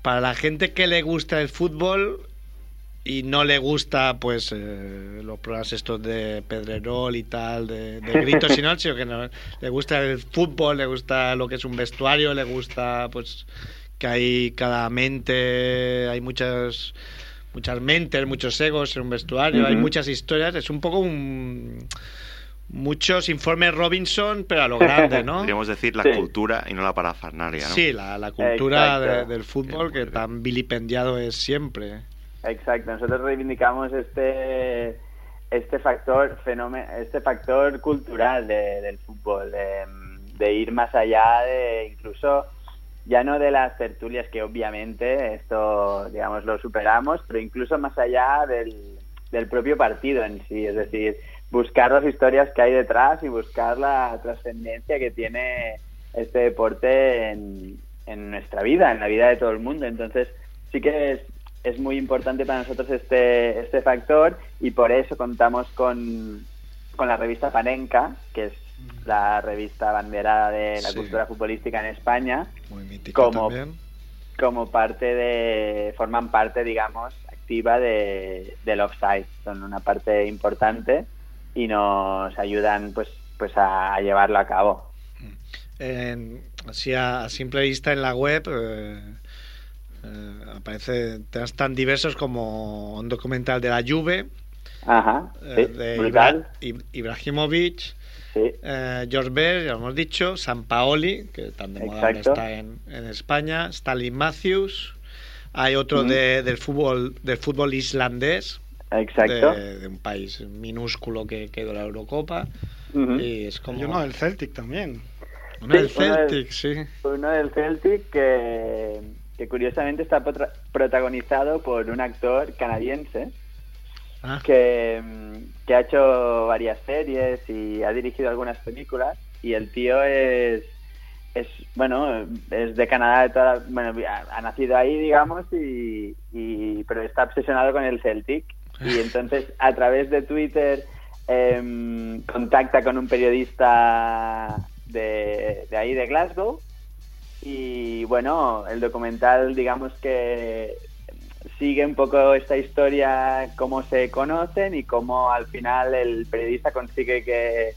S2: para la gente que le gusta el fútbol y no le gusta pues eh, los programas estos de Pedrerol y tal de, de gritos
S11: [laughs]
S2: y no sino que no, le gusta el fútbol le gusta lo que es un vestuario le gusta pues que hay cada mente hay muchas muchas mentes muchos egos en un vestuario hay
S11: Ujú.
S2: muchas historias es un poco un muchos informes Robinson pero a lo grande
S14: [laughs]
S2: no
S5: Podríamos decir la
S11: Sí.
S5: cultura y no la parafernalia, ¿no?
S2: sí la, la cultura de-
S11: Exacto.
S2: del fútbol que tan vilipendiado es siempre
S11: Exacto, nosotros reivindicamos este este factor fenómeno, este factor cultural de- del fútbol, de, de ir más allá de incluso ya no de las tertulias que obviamente esto digamos lo superamos, pero incluso más allá del, del propio partido en sí, es decir, buscar las historias que hay detrás y buscar la trascendencia que tiene este deporte en, en nuestra vida, en la vida de todo el mundo. Entonces, sí que es, es muy importante para nosotros este, este factor y por eso contamos con, con la revista Panenka, que es la revista banderada de la
S2: Mm. Sí.
S11: cultura futbolística en España,
S2: muy mítico
S11: Como-
S2: también
S11: como parte de, forman parte, digamos, activa de, del offside, son una parte importante y nos ayudan pues, pues a, a llevarlo a cabo.
S2: en- así a, a simple vista en la web eh, eh, aparece temas tan diversos como un documental de la Juve
S11: Ajá,
S2: eh,
S11: sí,
S2: de
S11: brutal,
S2: Ibra- Ib- Ibrahimovic
S11: sí.
S2: eh, George Best, ya lo hemos dicho Sampaoli que tan de moda ahora
S11: Exacto.
S2: está en, en España Stalin Matthews hay otro
S11: Ujú.
S2: de- del fútbol del fútbol islandés
S11: Exacto.
S2: de, de un país minúsculo que quedó la Eurocopa
S11: Ujú.
S2: y es como
S6: Yo no, el Celtic también.
S2: Uno del
S11: Sí, uno del-
S2: Celtic sí
S11: Uno del Celtic que, que curiosamente está potra- protagonizado por un actor canadiense
S2: Ah.
S11: Eh, que, mm, que ha hecho varias series y ha dirigido algunas películas y el tío es es bueno es de Canadá de toda la- bueno ha, ha nacido ahí digamos y, y- pero está obsesionado con el Celtic y entonces a través de Twitter em, contacta con un periodista de, de ahí de Glasgow y bueno el documental digamos que sigue un poco esta historia, cómo se conocen y cómo al final el periodista consigue que,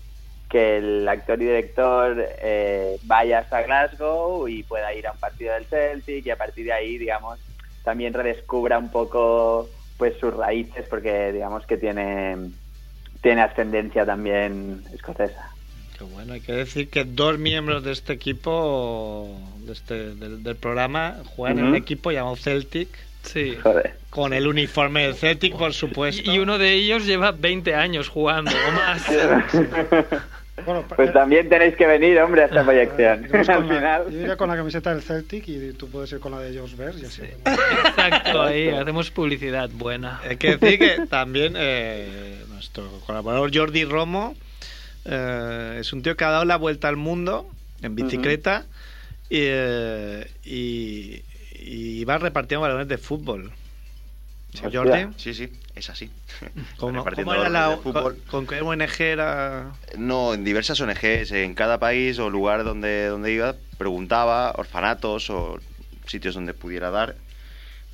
S11: que el actor y director eh, vaya hasta Glasgow y pueda ir a un partido del Celtic y a partir de ahí, digamos, también redescubra un poco pues sus raíces porque digamos que tiene, tiene ascendencia también escocesa.
S2: Qué bueno, hay que decir que dos miembros de este equipo, de este, del, del programa, juegan en un
S4: Ujú.
S2: equipo llamado Celtic.
S4: Sí.
S2: Con el uniforme del Celtic, por supuesto.
S4: Y uno de ellos lleva 20 años jugando o más.
S11: Pues también tenéis que venir, hombre, a esta proyección. [laughs]
S6: Iremos
S11: Al
S6: Pues con la-
S11: final.
S6: yo iría con la camiseta del Celtic y tú puedes ir con la de Josh Bears y así.
S4: Exacto, ahí hacemos publicidad buena.
S2: Hay que decir que también eh, nuestro colaborador Jordi Romo eh, es un tío que ha dado la vuelta al mundo en bicicleta y, eh, y, y va repartiendo balones de fútbol. ¿Sí, Jordi?
S5: Sí, sí, es así.
S2: ¿Cómo,
S5: Repartiendo
S2: cómo era la-
S5: balones de fútbol.
S2: con, con qué ONG era?
S5: No, en diversas ONGs, en cada país o lugar donde, donde iba, preguntaba, orfanatos o sitios donde pudiera dar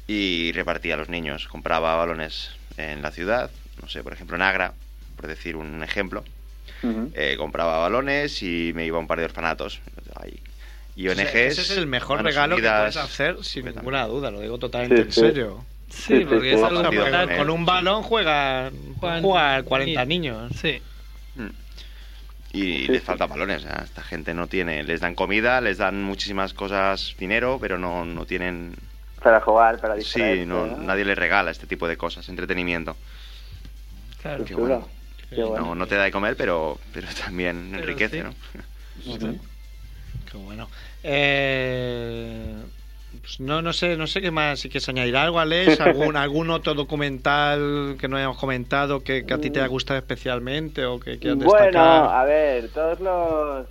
S5: y repartía a los niños. Compraba balones en la ciudad, no sé, por ejemplo en Agra, por decir un ejemplo. Eh, compraba balones y me iba a un par de orfanatos. Ahí. Y
S2: O sea,
S5: ONGs.
S2: ese es el mejor
S5: Manos
S2: regalo
S5: Unidas,
S2: que puedes hacer, sin ninguna duda, lo digo totalmente
S5: Sí,
S2: en
S5: sí.
S2: serio.
S5: Sí, Sí, porque sí, es sí. algo
S2: O sea, porque
S5: importante.
S2: Con un balón juega, juega 40 niños.
S4: Sí.
S5: Y les faltan balones. ¿eh? Esta gente no tiene. Les dan comida, les dan muchísimas cosas, dinero, pero no, no tienen.
S11: [laughs] Para jugar, para
S5: Sí,
S11: distraerse,
S5: no,
S11: ¿no?
S5: nadie les regala este tipo de cosas, entretenimiento.
S4: Claro.
S5: Qué bueno. No, no te da de comer, pero, pero también enriquece,
S2: sí.
S5: ¿no?
S2: Qué bueno. Eh, pues no, no sé, no sé qué más. Si quieres añadir
S5: [laughs]
S2: algo, Alex, algún, algún otro documental que no hayamos comentado que, que a ti te haya gustado especialmente o que quieras
S11: Bueno,
S2: destacar.
S11: a ver, todos los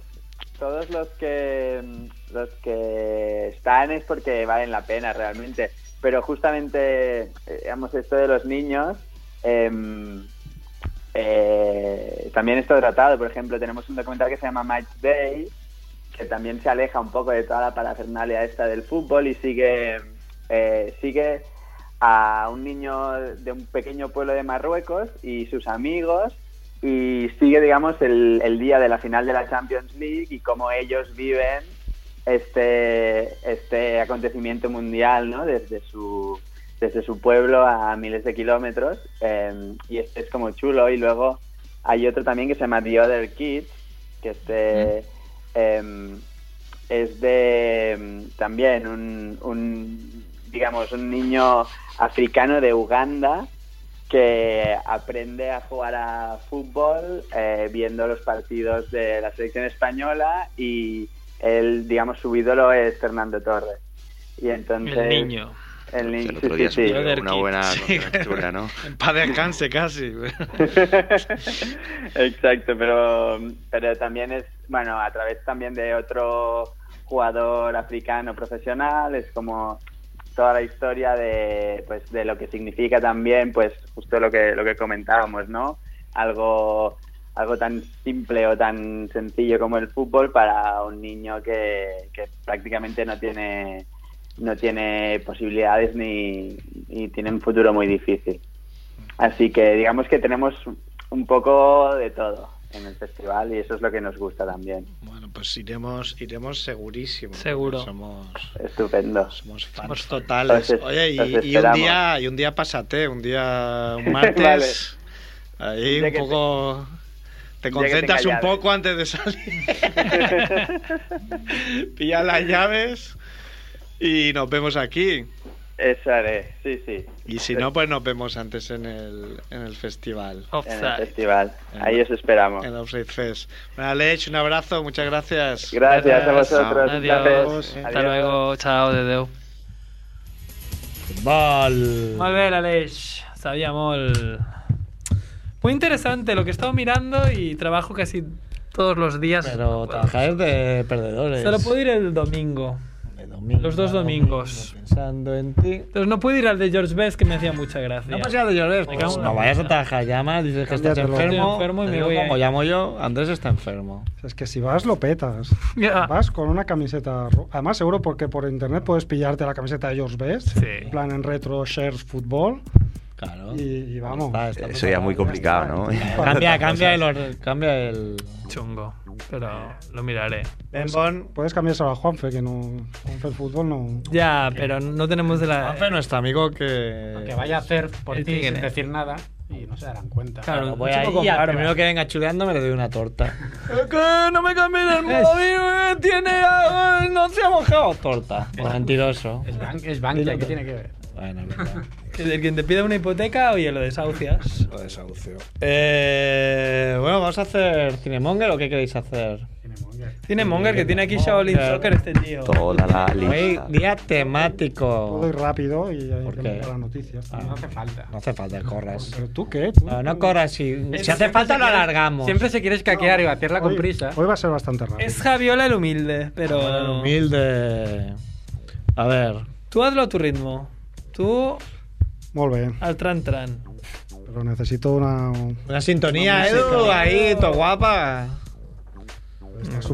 S11: todos los que mm, los que están es porque valen la pena realmente, pero justamente eh, digamos esto de los niños em, eh, también está tratado, por ejemplo, tenemos un documental que se llama Match Day que también se aleja un poco de toda la parafernalia esta del fútbol y sigue eh, sigue a un niño de un pequeño pueblo de Marruecos y sus amigos y sigue, digamos, el, el día de la final de la Champions League y cómo ellos viven este, este acontecimiento mundial, ¿no? Desde su, desde su pueblo a miles de kilómetros. eh, y este es como chulo. Y luego hay otro también que se llama The Other Kids,
S8: Mm.
S11: que este, eh, es de mm, también un, un, digamos, un niño africano de Uganda que aprende a jugar a fútbol eh, viendo los partidos de la selección española y él, digamos, su ídolo es Fernando Torres. Y entonces,
S4: El niño.
S11: El niño,
S5: El otro día
S11: sí, sí, sí.
S5: subió una buena
S4: [laughs]
S5: cobertura, ¿no?
S2: En paz descanse
S5: [laughs]
S2: casi.
S11: Exacto, pero, pero también es, bueno, a través también de otro jugador africano profesional, es como toda la historia de, pues, de lo que significa también, pues justo lo que, lo que comentábamos, ¿no? Algo, algo tan simple o tan sencillo como el fútbol para un niño que, que prácticamente no tiene no tiene posibilidades ni, ni tiene un futuro muy difícil. Así que digamos que tenemos un poco de todo en el festival y eso es lo que nos gusta también.
S2: Bueno, pues iremos, iremos segurísimo.
S4: Seguro.
S2: Somos
S11: Estupendo.
S2: Somos fans totales.
S11: Os es-
S2: Pues Oye, y,
S11: os
S2: y un
S11: esperamos.
S2: día, y un día pásate, un día,
S11: [laughs]
S2: un martes, ahí
S11: Ya
S2: un
S11: que
S2: poco, te
S11: ya que
S2: concentras
S11: tenga
S2: un
S11: llaves.
S2: poco antes de
S11: [laughs]
S2: salir, pilla las llaves y nos vemos aquí.
S11: Eso haré, sí, sí.
S2: Y si no, pues nos vemos antes en el, en el festival.
S11: En el festival. Ahí os esperamos.
S2: En Offside Fest. Bueno, Alech, un abrazo, muchas gracias.
S11: Gracias a vosotros. Un placer.
S4: Adiós. Hasta luego. Chao, Dedeu.
S2: Val.
S4: Molt bé, l'Aleix. Sabia molt. Muy interesante lo que he estado mirando y trabajo casi todos los días.
S2: Pero trabajar de perdedores.
S4: Solo puedo ir el domingo. Los dos domingos.
S2: Pensando en ti.
S4: Entonces no puedo ir al de George Best que me hacía mucha gracia.
S2: No pasa nada, Llorés.
S4: Me cago en la
S2: Pues no vayas a
S4: puta.
S2: trabajar, llamas, dices que estás
S4: Cámbiatelo.
S2: enfermo.
S4: Estoy enfermo y
S2: Te
S4: me
S2: digo
S4: voy
S2: como
S4: ahí.
S2: llamo yo, Andrés está enfermo.
S6: O sea, es que si vas, lo petas.
S4: Ya.
S6: Vas con una camiseta. ro- Además, seguro porque por internet puedes pillarte la camiseta de George Best. En plan en retro shares fútbol.
S2: Claro.
S6: Y, y vamos.
S5: Eso ya es muy complicado, ¿no? [laughs]
S2: Cambia, cambia el. or- Cambia el...
S4: Chungo. Pero lo miraré.
S6: Puedes- Puedes cambiárselo a Juanfe, que no. Juanfe el fútbol no.
S4: Ya, pero no tenemos de la.
S2: Juanfe, nuestro amigo que.
S7: Que vaya a hacer por
S4: El
S7: ti sin
S4: tigre.
S7: decir nada y no se darán cuenta.
S2: Claro, voy ahí y al primero que venga chuleando me le doy una
S4: [laughs]
S2: torta.
S4: ¿Qué? No me cambies el móvil, eh, tiene. eh, No se ha mojado.
S2: Torta. Por mentiroso.
S7: Es, ban es banca, ¿qué tiene
S4: [laughs]
S7: que ver?
S2: Bueno, es verdad.
S4: El quien te pida una hipoteca, oye, lo desahucias.
S2: Lo desahucio. Eh, bueno, vamos a hacer Cinemonger o qué queréis hacer?
S4: Tiene Monger que tiene aquí Shaolin
S2: Monger.
S4: Soccer este tío.
S5: Toda la
S2: Hoy
S5: lista.
S2: día temático.
S6: Todo ir rápido y hay que
S2: qué? Ah.
S6: mirar las noticias.
S7: No hace falta.
S2: No hace falta que corras.
S6: ¿Pero tú qué? Tú-
S2: No, no corras. Si, si hace
S7: Siempre
S2: falta
S7: se
S2: lo
S7: quiere-
S2: alargamos.
S7: Siempre se quiere escaquear y vaciarla con
S6: hoy,
S7: prisa.
S6: hoy va a ser bastante rápido.
S4: Es Javiola el humilde, pero.
S2: Humilde. A ver.
S4: Tú hazlo a tu ritmo. Tú
S6: Muy bien.
S4: al tran tran.
S6: Pero necesito una.
S2: Una sintonía, Edu, ahí, to guapa.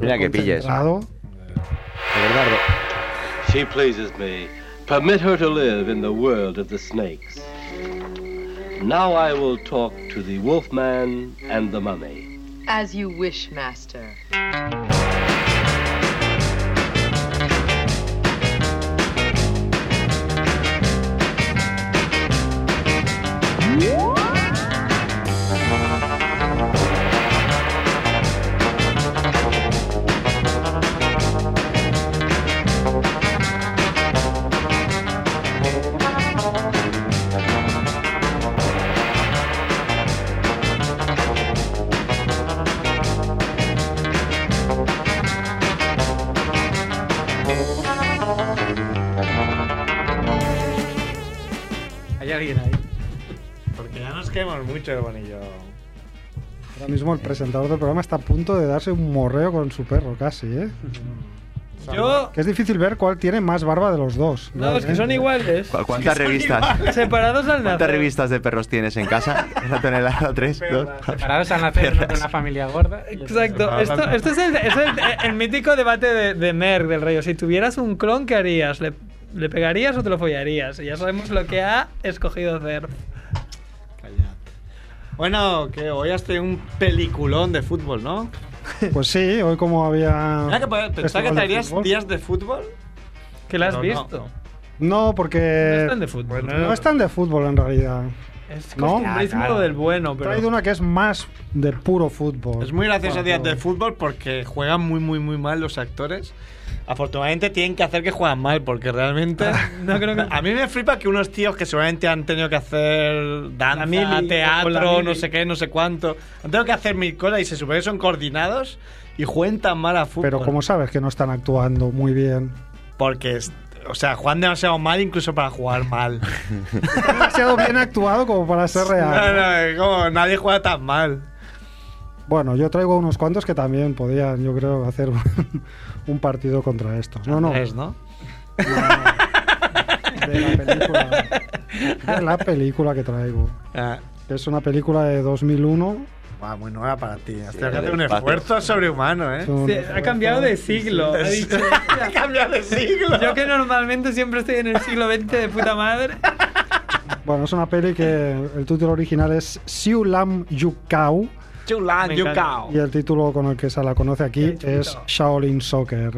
S5: Mira que pilles.
S6: Lado.
S5: Eduardo.
S12: She pleases me. Permit her to live in the world of the snakes. Now I will talk to the wolfman and the mummy.
S15: As you wish, master.
S7: Hay alguien ahí.
S2: Porque ya nos quedamos mucho, Bonillo.
S6: Ahora mismo el presentador del programa está a punto de darse un morreo con su perro, casi, ¿eh?
S4: Yo.
S6: Que es difícil ver cuál tiene más barba de los dos. ¿Eh?
S4: No, es que son
S6: realmente.
S4: iguales.
S5: ¿Cu- ¿Cuántas revistas?
S4: Separados al
S5: ¿Cuántas
S4: nacer.
S5: revistas de perros tienes en casa? [laughs] Una tonelada, tres, dos.
S7: Parados al nacer uno con una familia gorda. y otro-
S6: Ah,
S4: Exacto. Esto, esto es, el, es el- eh, el mítico debate de, de Merck, del rey. Si tuvieras un clon, ¿qué harías? ¿Le, le pegarías o te lo follarías? Y ya sabemos lo que ha escogido hacer.
S2: Bueno, Oh, que hoy has tenido un peliculón de fútbol, ¿no?
S6: Pues sí, hoy como había.
S2: Mira que podía- pensaba
S6: festival
S2: que
S6: de
S2: traerías
S6: fútbol.
S2: días de fútbol.
S4: Que la has
S2: Pero no.
S4: visto.
S6: No,
S4: No
S6: porque.
S4: están de fútbol.
S6: No están de fútbol en realidad.
S4: Es
S6: No.
S4: costumbrismo
S2: Ah, claro.
S4: del bueno,
S6: He traído
S4: pero.
S6: una que es más de puro fútbol.
S2: Es muy gracioso
S6: Bueno,
S2: días de fútbol porque juegan muy, muy, muy mal los actores. Afortunadamente tienen que hacer que juegan mal porque realmente...
S4: [laughs] No creo que.
S2: A mí me flipa que unos tíos que seguramente han tenido que hacer danza,
S4: La mili, o la
S2: teatro,
S4: mili.
S2: no sé qué, no sé cuánto, han tenido que hacer mil cosas y se supone que son coordinados y juegan tan mal a fútbol.
S6: Pero como sabes que no están actuando muy bien.
S2: Porque, es- o sea, juegan demasiado mal incluso para jugar
S6: [laughs]
S2: mal.
S6: demasiado bien actuado como para ser
S2: No,
S6: real.
S2: no, es como nadie juega tan mal.
S6: Bueno, yo traigo unos cuantos que también podían, yo creo, hacer un partido contra estos. No, no,
S2: Es, ¿no?
S6: de la película. De la película que traigo.
S2: Ah,
S6: que Es una película de 2001.
S2: va, muy nueva para ti. Has
S5: Sí,
S2: tenido
S5: del
S2: que hacer un
S5: espacio.
S2: esfuerzo sobrehumano, ¿eh?
S6: Son-
S4: Se- ha cambiado de siglo. Ha dicho.
S2: [laughs] Ha cambiado de siglo.
S4: Yo que normalmente siempre estoy en el siglo XX de puta madre.
S6: Bueno, es una peli que el título original es Siu Lam Yukao
S2: Chulan,
S4: Me encanta.
S2: Yukao.
S6: y el título con el que se la conoce aquí es Shaolin Soccer.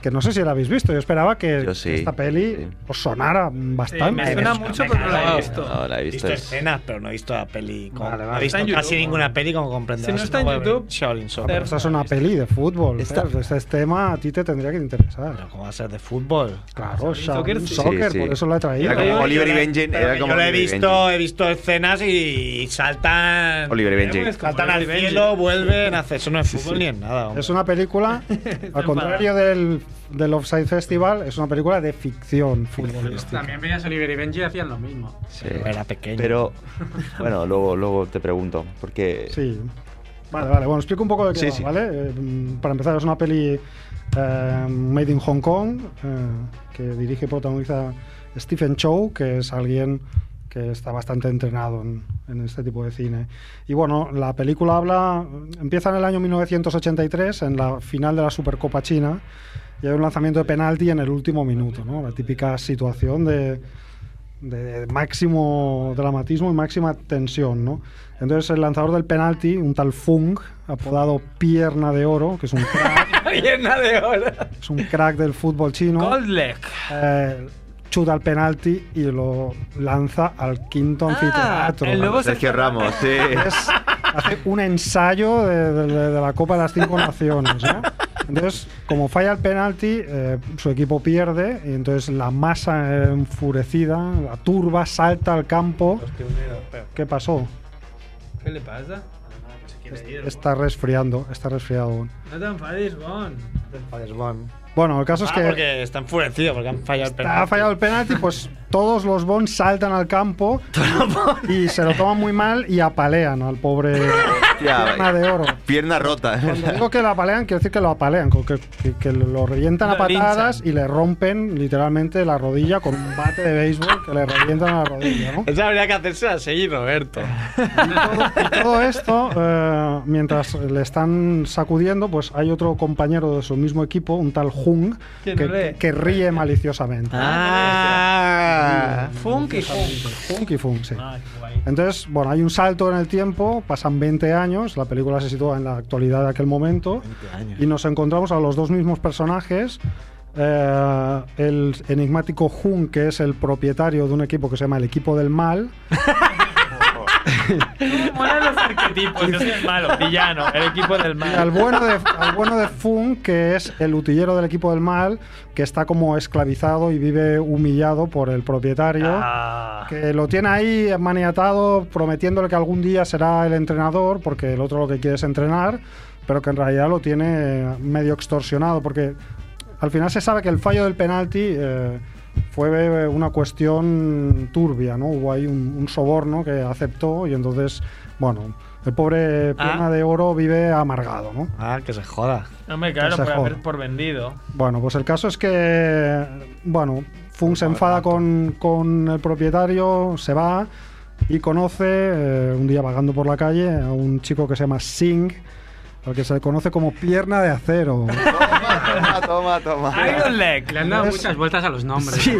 S6: Que no sé si la habéis visto, yo esperaba que
S5: Yo sí,
S6: esta peli
S5: sí.
S6: os sonara bastante.
S4: me suena mucho, pero no la he visto.
S5: No, la he
S2: He visto
S5: visto. es-
S2: escenas, pero no he visto la peli. como-
S6: Vale, vale.
S2: No he visto
S4: Está en
S2: casi
S4: YouTube,
S2: ninguna peli, como comprenderás.
S4: Si no está en
S2: voy a ver
S4: YouTube,
S2: Shaolin Soccer.
S4: Pero
S6: Esta es una peli de fútbol.
S5: Esta-
S6: Fer, Este tema a ti te tendría que interesar.
S2: Pero ¿Cómo va a ser de fútbol?
S6: Claro,
S4: Soccer,
S6: Shaolin
S4: sí.
S6: Soccer,
S5: Sí, sí.
S6: por eso la he traído.
S5: Era como Oliver y Benjen.
S2: Pero
S5: Era
S2: que
S5: como
S2: yo lo he
S5: Oliver y
S2: visto, he visto escenas y saltan.
S5: Benjen. Oliver y Benjen.
S4: Es ¿Eh? Pues, como
S2: Saltan al
S4: Oliver
S2: cielo, vuelven a hacer. Eso no es fútbol ni es nada. hombre.
S6: Es
S4: [laughs]
S6: una película, al contrario del, del Offside Festival, es una película de ficción futbolística.
S7: [laughs] También veías Oliver y Benji y hacían lo mismo.
S6: [laughs]
S5: Sí.
S2: Era pequeño.
S5: Pero, bueno, luego, luego te pregunto. Porque.
S6: Sí. Vale, vale. Bueno, explico un poco de qué
S5: Sí,
S6: va,
S5: sí.
S6: ¿vale? Eh, mm, para empezar, es una peli eh, made in Hong Kong eh, que dirige y protagoniza Stephen Chow, que es alguien que está bastante entrenado en, en este tipo de cine. Y bueno, la película habla, empieza en el año 1983, en la final de la Supercopa China, y hay un lanzamiento de penalti en el último minuto, ¿no? La típica situación de de máximo dramatismo y máxima tensión, ¿no? Entonces el lanzador del penalti, un tal Fung, apodado Pierna de Oro, que es un crack,
S4: Pierna de oro.
S6: es un crack del fútbol chino,
S4: Goldleg.
S6: eh, chuta el penalti y lo lanza al quinto anfiteatro.
S14: Sergio Ramos, sí.
S5: [laughs]
S6: hace un ensayo de, de- de la Copa de las Cinco Naciones. ¿no? Entonces, como falla el penalti, eh, su equipo pierde y entonces la masa enfurecida, la turba, salta al campo. ¿Qué pasó?
S4: ¿Qué le pasa? Pues
S6: Está resfriando, está resfriado.
S4: No te enfades, Bon.
S6: Bueno, el caso es
S2: Ah,
S6: que
S2: porque está enfurecido, porque han fallado el
S6: ha
S2: penalti.
S6: fallado el penalti, pues todos los Bons saltan al campo y se lo toman muy mal y apalean al pobre
S2: [laughs]
S14: Ya,
S6: pierna de oro.
S14: Pierna rota. [laughs]
S5: [laughs]
S6: Cuando digo que lo apalean, quiero decir que lo apalean, con que, que- que lo revientan a
S14: Lo linchan.
S6: patadas y le rompen literalmente la rodilla con un bate de béisbol que le revientan la rodilla, ¿no?
S2: Eso habría que hacerse a seguir, Roberto.
S6: Y todo esto, eh, mientras le están sacudiendo, pues hay otro compañero de su mismo equipo, un tal Jung,
S4: ¿Quién
S6: que,
S4: ole?
S6: que ríe maliciosamente.
S2: Ah,
S4: Funky
S6: Funky Funk, sí. Entonces, bueno, hay un salto en el tiempo, pasan 20 años, la película se sitúa en la actualidad de aquel momento, y nos encontramos a los dos mismos personajes. eh, el enigmático Jun, que es el propietario de un equipo que se llama el equipo del mal,
S4: Molan los arquetipos. Yo soy el malo, villano, el equipo del
S6: y
S4: mal.
S6: al bueno
S4: [laughs]
S6: de, al bueno de Fun, que es el utillero del equipo del mal, que está como esclavizado y vive humillado por el propietario. que lo tiene ahí maniatado, prometiéndole que algún día será el entrenador, porque el otro lo que quiere es entrenar, pero que en realidad lo tiene medio extorsionado, porque al final se sabe que el fallo del penalti eh, fue eh, una cuestión turbia, ¿no? Hubo ahí un, un soborno que aceptó y entonces, bueno, el pobre pierna de oro vive amargado, ¿no?
S2: Ah, que se joda.
S4: No me claro,
S6: Que se
S4: por, haber,
S6: joda.
S4: por vendido.
S6: Bueno, pues el caso es que, bueno, Fung se enfada con, con el propietario, se va y conoce, eh, un día vagando por la calle, a un chico que se llama Singh, al que se le conoce como pierna de acero.
S14: Toma, toma.
S4: Iron Leg.
S7: Le han dado
S6: Ah, Es-
S7: muchas vueltas a los nombres.
S6: Sí,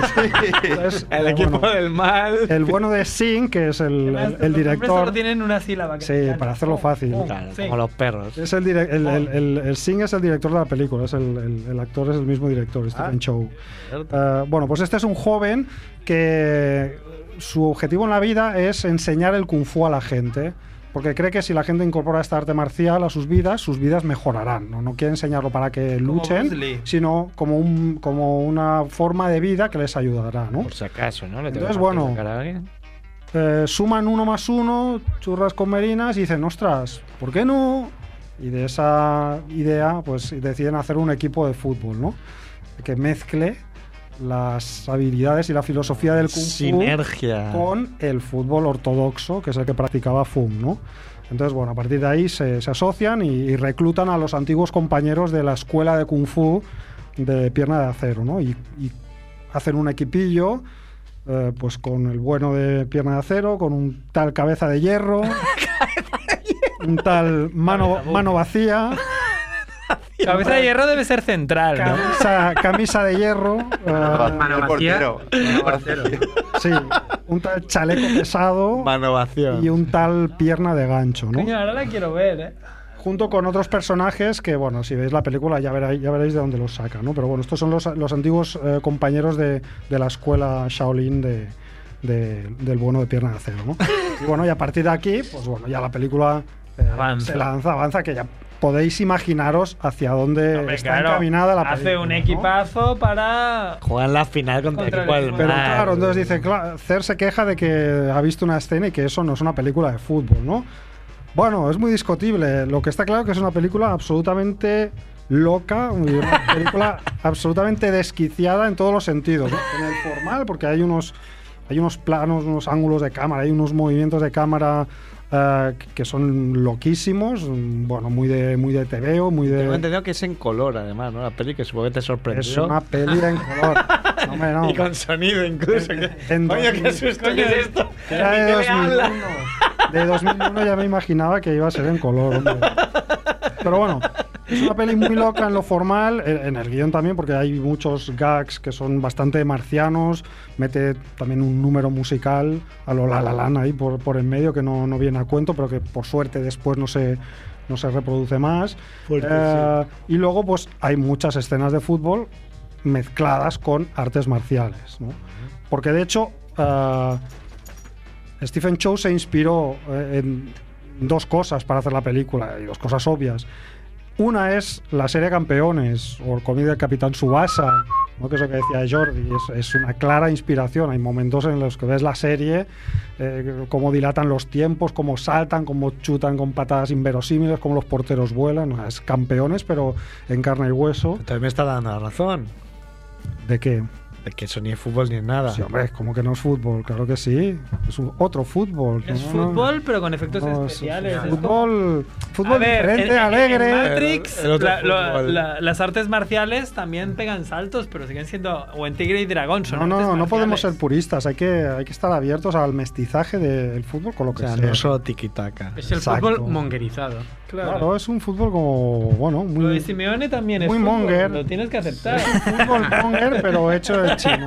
S7: [laughs]
S4: El equipo del mal.
S6: El bueno de Singh, que es el, el- el
S4: Los solo
S6: director...
S4: tienen una sílaba. que-
S6: Sí, para hacerlo fácil.
S4: Sí.
S2: Como los perros.
S6: Es el, direc-
S2: Oh.
S6: el, el- el- el Singh es el director de la película, es el, el- el actor es el mismo
S2: Ah.
S6: director, Stephen Chow. Eh, bueno, pues este es un joven que su objetivo en la vida es enseñar el kung fu a la gente. Porque cree que si la gente incorpora esta arte marcial a sus vidas, sus vidas mejorarán. No, no quiere enseñarlo para que
S2: Bruce Lee.
S6: luchen, sino como, un, como una forma de vida que les ayudará. ¿no?
S2: Por si acaso, ¿no? Le tengo
S6: Entonces,
S2: que partir
S6: bueno.
S2: la cara a alguien.
S6: Eh, suman uno más uno, churras con merinas, y dicen, ostras, ¿por qué no? Y de esa idea, pues deciden hacer un equipo de fútbol, ¿no? Que mezcle las habilidades y la filosofía del Kung Fu
S2: Sinergia.
S6: con el fútbol ortodoxo, que es el que practicaba Fum, ¿no? Entonces, bueno, a partir de ahí se, se asocian y, y reclutan a los antiguos compañeros de la escuela de Kung Fu de Pierna de Acero, ¿no? Y, y hacen un equipillo, eh, pues con el bueno de Pierna de Acero, con un tal Cabeza de Hierro, un tal Mano, mano Vacía,
S4: [laughs] Cabeza de hierro debe ser central, ¿no?
S6: camisa, camisa de Hierro,
S4: Ah,
S6: eh,
S2: Mano portero.
S6: sí, un tal Chaleco Pesado
S2: Manovación.
S6: y un tal Pierna de Gancho, ¿no?
S4: Coño, ahora la quiero ver, ¿eh?
S6: junto con otros personajes que, bueno, si veis la película ya veréis, ya veréis de dónde los saca, ¿no? Pero bueno, estos son los, los antiguos eh, compañeros de, de la escuela Shaolin de, de- del bueno de pierna de acero,
S4: [laughs]
S6: ¿no? Y bueno, y a partir de aquí, pues bueno, ya la película eh,
S4: Avanza.
S6: se lanza, avanza, que ya podéis imaginaros hacia dónde
S4: Hombre,
S6: está
S4: claro,
S6: encaminada la
S4: Hace
S6: película.
S4: un
S6: ¿no?
S4: equipazo para.
S2: Juegan la final contra,
S4: Contra
S2: el equipo
S4: el
S2: del
S6: Pero
S2: mal.
S6: claro, entonces dice, claro, Cer se queja de que ha visto una escena y que eso no es una película de fútbol, ¿no? Bueno, es muy discutible. Lo que está claro que es una película absolutamente loca, una [laughs] película absolutamente desquiciada en todos los sentidos. ¿no? En el formal, porque hay unos, hay unos planos, unos ángulos de cámara, hay unos movimientos de cámara eh, que son loquísimos, mm, bueno, muy de, muy de TVO, muy de...
S2: Tengo entendido que es en color, además, ¿no? La peli que supongo que te sorprendió.
S6: Es una peli en color. No, hombre,
S2: [laughs]
S6: no.
S2: Y con sonido incluso.
S6: En
S2: Coño, qué
S6: 2000.
S2: susto que es esto.
S6: Era
S2: ¿Y
S6: de
S2: qué me habla?
S6: 2001. De 2001 ya me imaginaba que iba a ser en color, hombre. Pero bueno, Es una peli muy loca en lo formal, en en el guión también, porque hay muchos gags que son bastante marcianos. Mete también un número musical a lo la la lan ahí por, por en medio que no, no viene a cuento, pero que por suerte después no se, no se reproduce más.
S16: Fuerte,
S6: Eh, Y luego, pues hay muchas escenas de fútbol mezcladas con artes marciales. ¿no? Porque de hecho, eh, Stephen Chow se inspiró eh, en dos cosas para hacer la película, y dos cosas obvias. Una es la serie Campeones o el cómic del Capitán Subasa, ¿no? que es lo que decía Jordi, es, es una clara inspiración. Hay momentos en los que ves la serie, eh, cómo dilatan los tiempos, cómo saltan, cómo chutan con patadas inverosímiles, cómo los porteros vuelan. Es campeones, pero en carne y hueso.
S2: También me está dando la razón.
S6: ¿De qué?
S2: De que eso ni es fútbol ni es nada.
S6: Sí, hombre, como que no es fútbol, claro que sí. Es un- otro fútbol.
S4: Es
S6: ¿no?
S4: fútbol, pero con efectos
S6: No, es
S4: especiales. es
S6: Fútbol, fútbol
S4: A ver,
S6: diferente,
S4: en- en-
S6: alegre.
S4: en Matrix,
S2: El- el otro
S4: la- lo-
S2: fútbol.
S4: la- las artes marciales también pegan saltos, pero siguen siendo. O en Tigre y Dragón son
S6: No, no,
S4: artes
S6: no, no
S4: marciales.
S6: podemos ser puristas. Hay que, hay que estar abiertos al mestizaje del fútbol con lo
S2: O
S6: que
S2: sea,
S6: sea.
S2: no solo tiquitaca.
S7: Es el
S6: Exacto.
S7: fútbol monguerizado.
S6: Claro. es un fútbol como, bueno,
S4: Lo
S6: muy
S4: de Simeone también es.
S6: muy
S4: fútbol,
S6: monger.
S4: Lo tienes que aceptar.
S6: fútbol
S4: [laughs]
S6: monger, pero hecho en chino.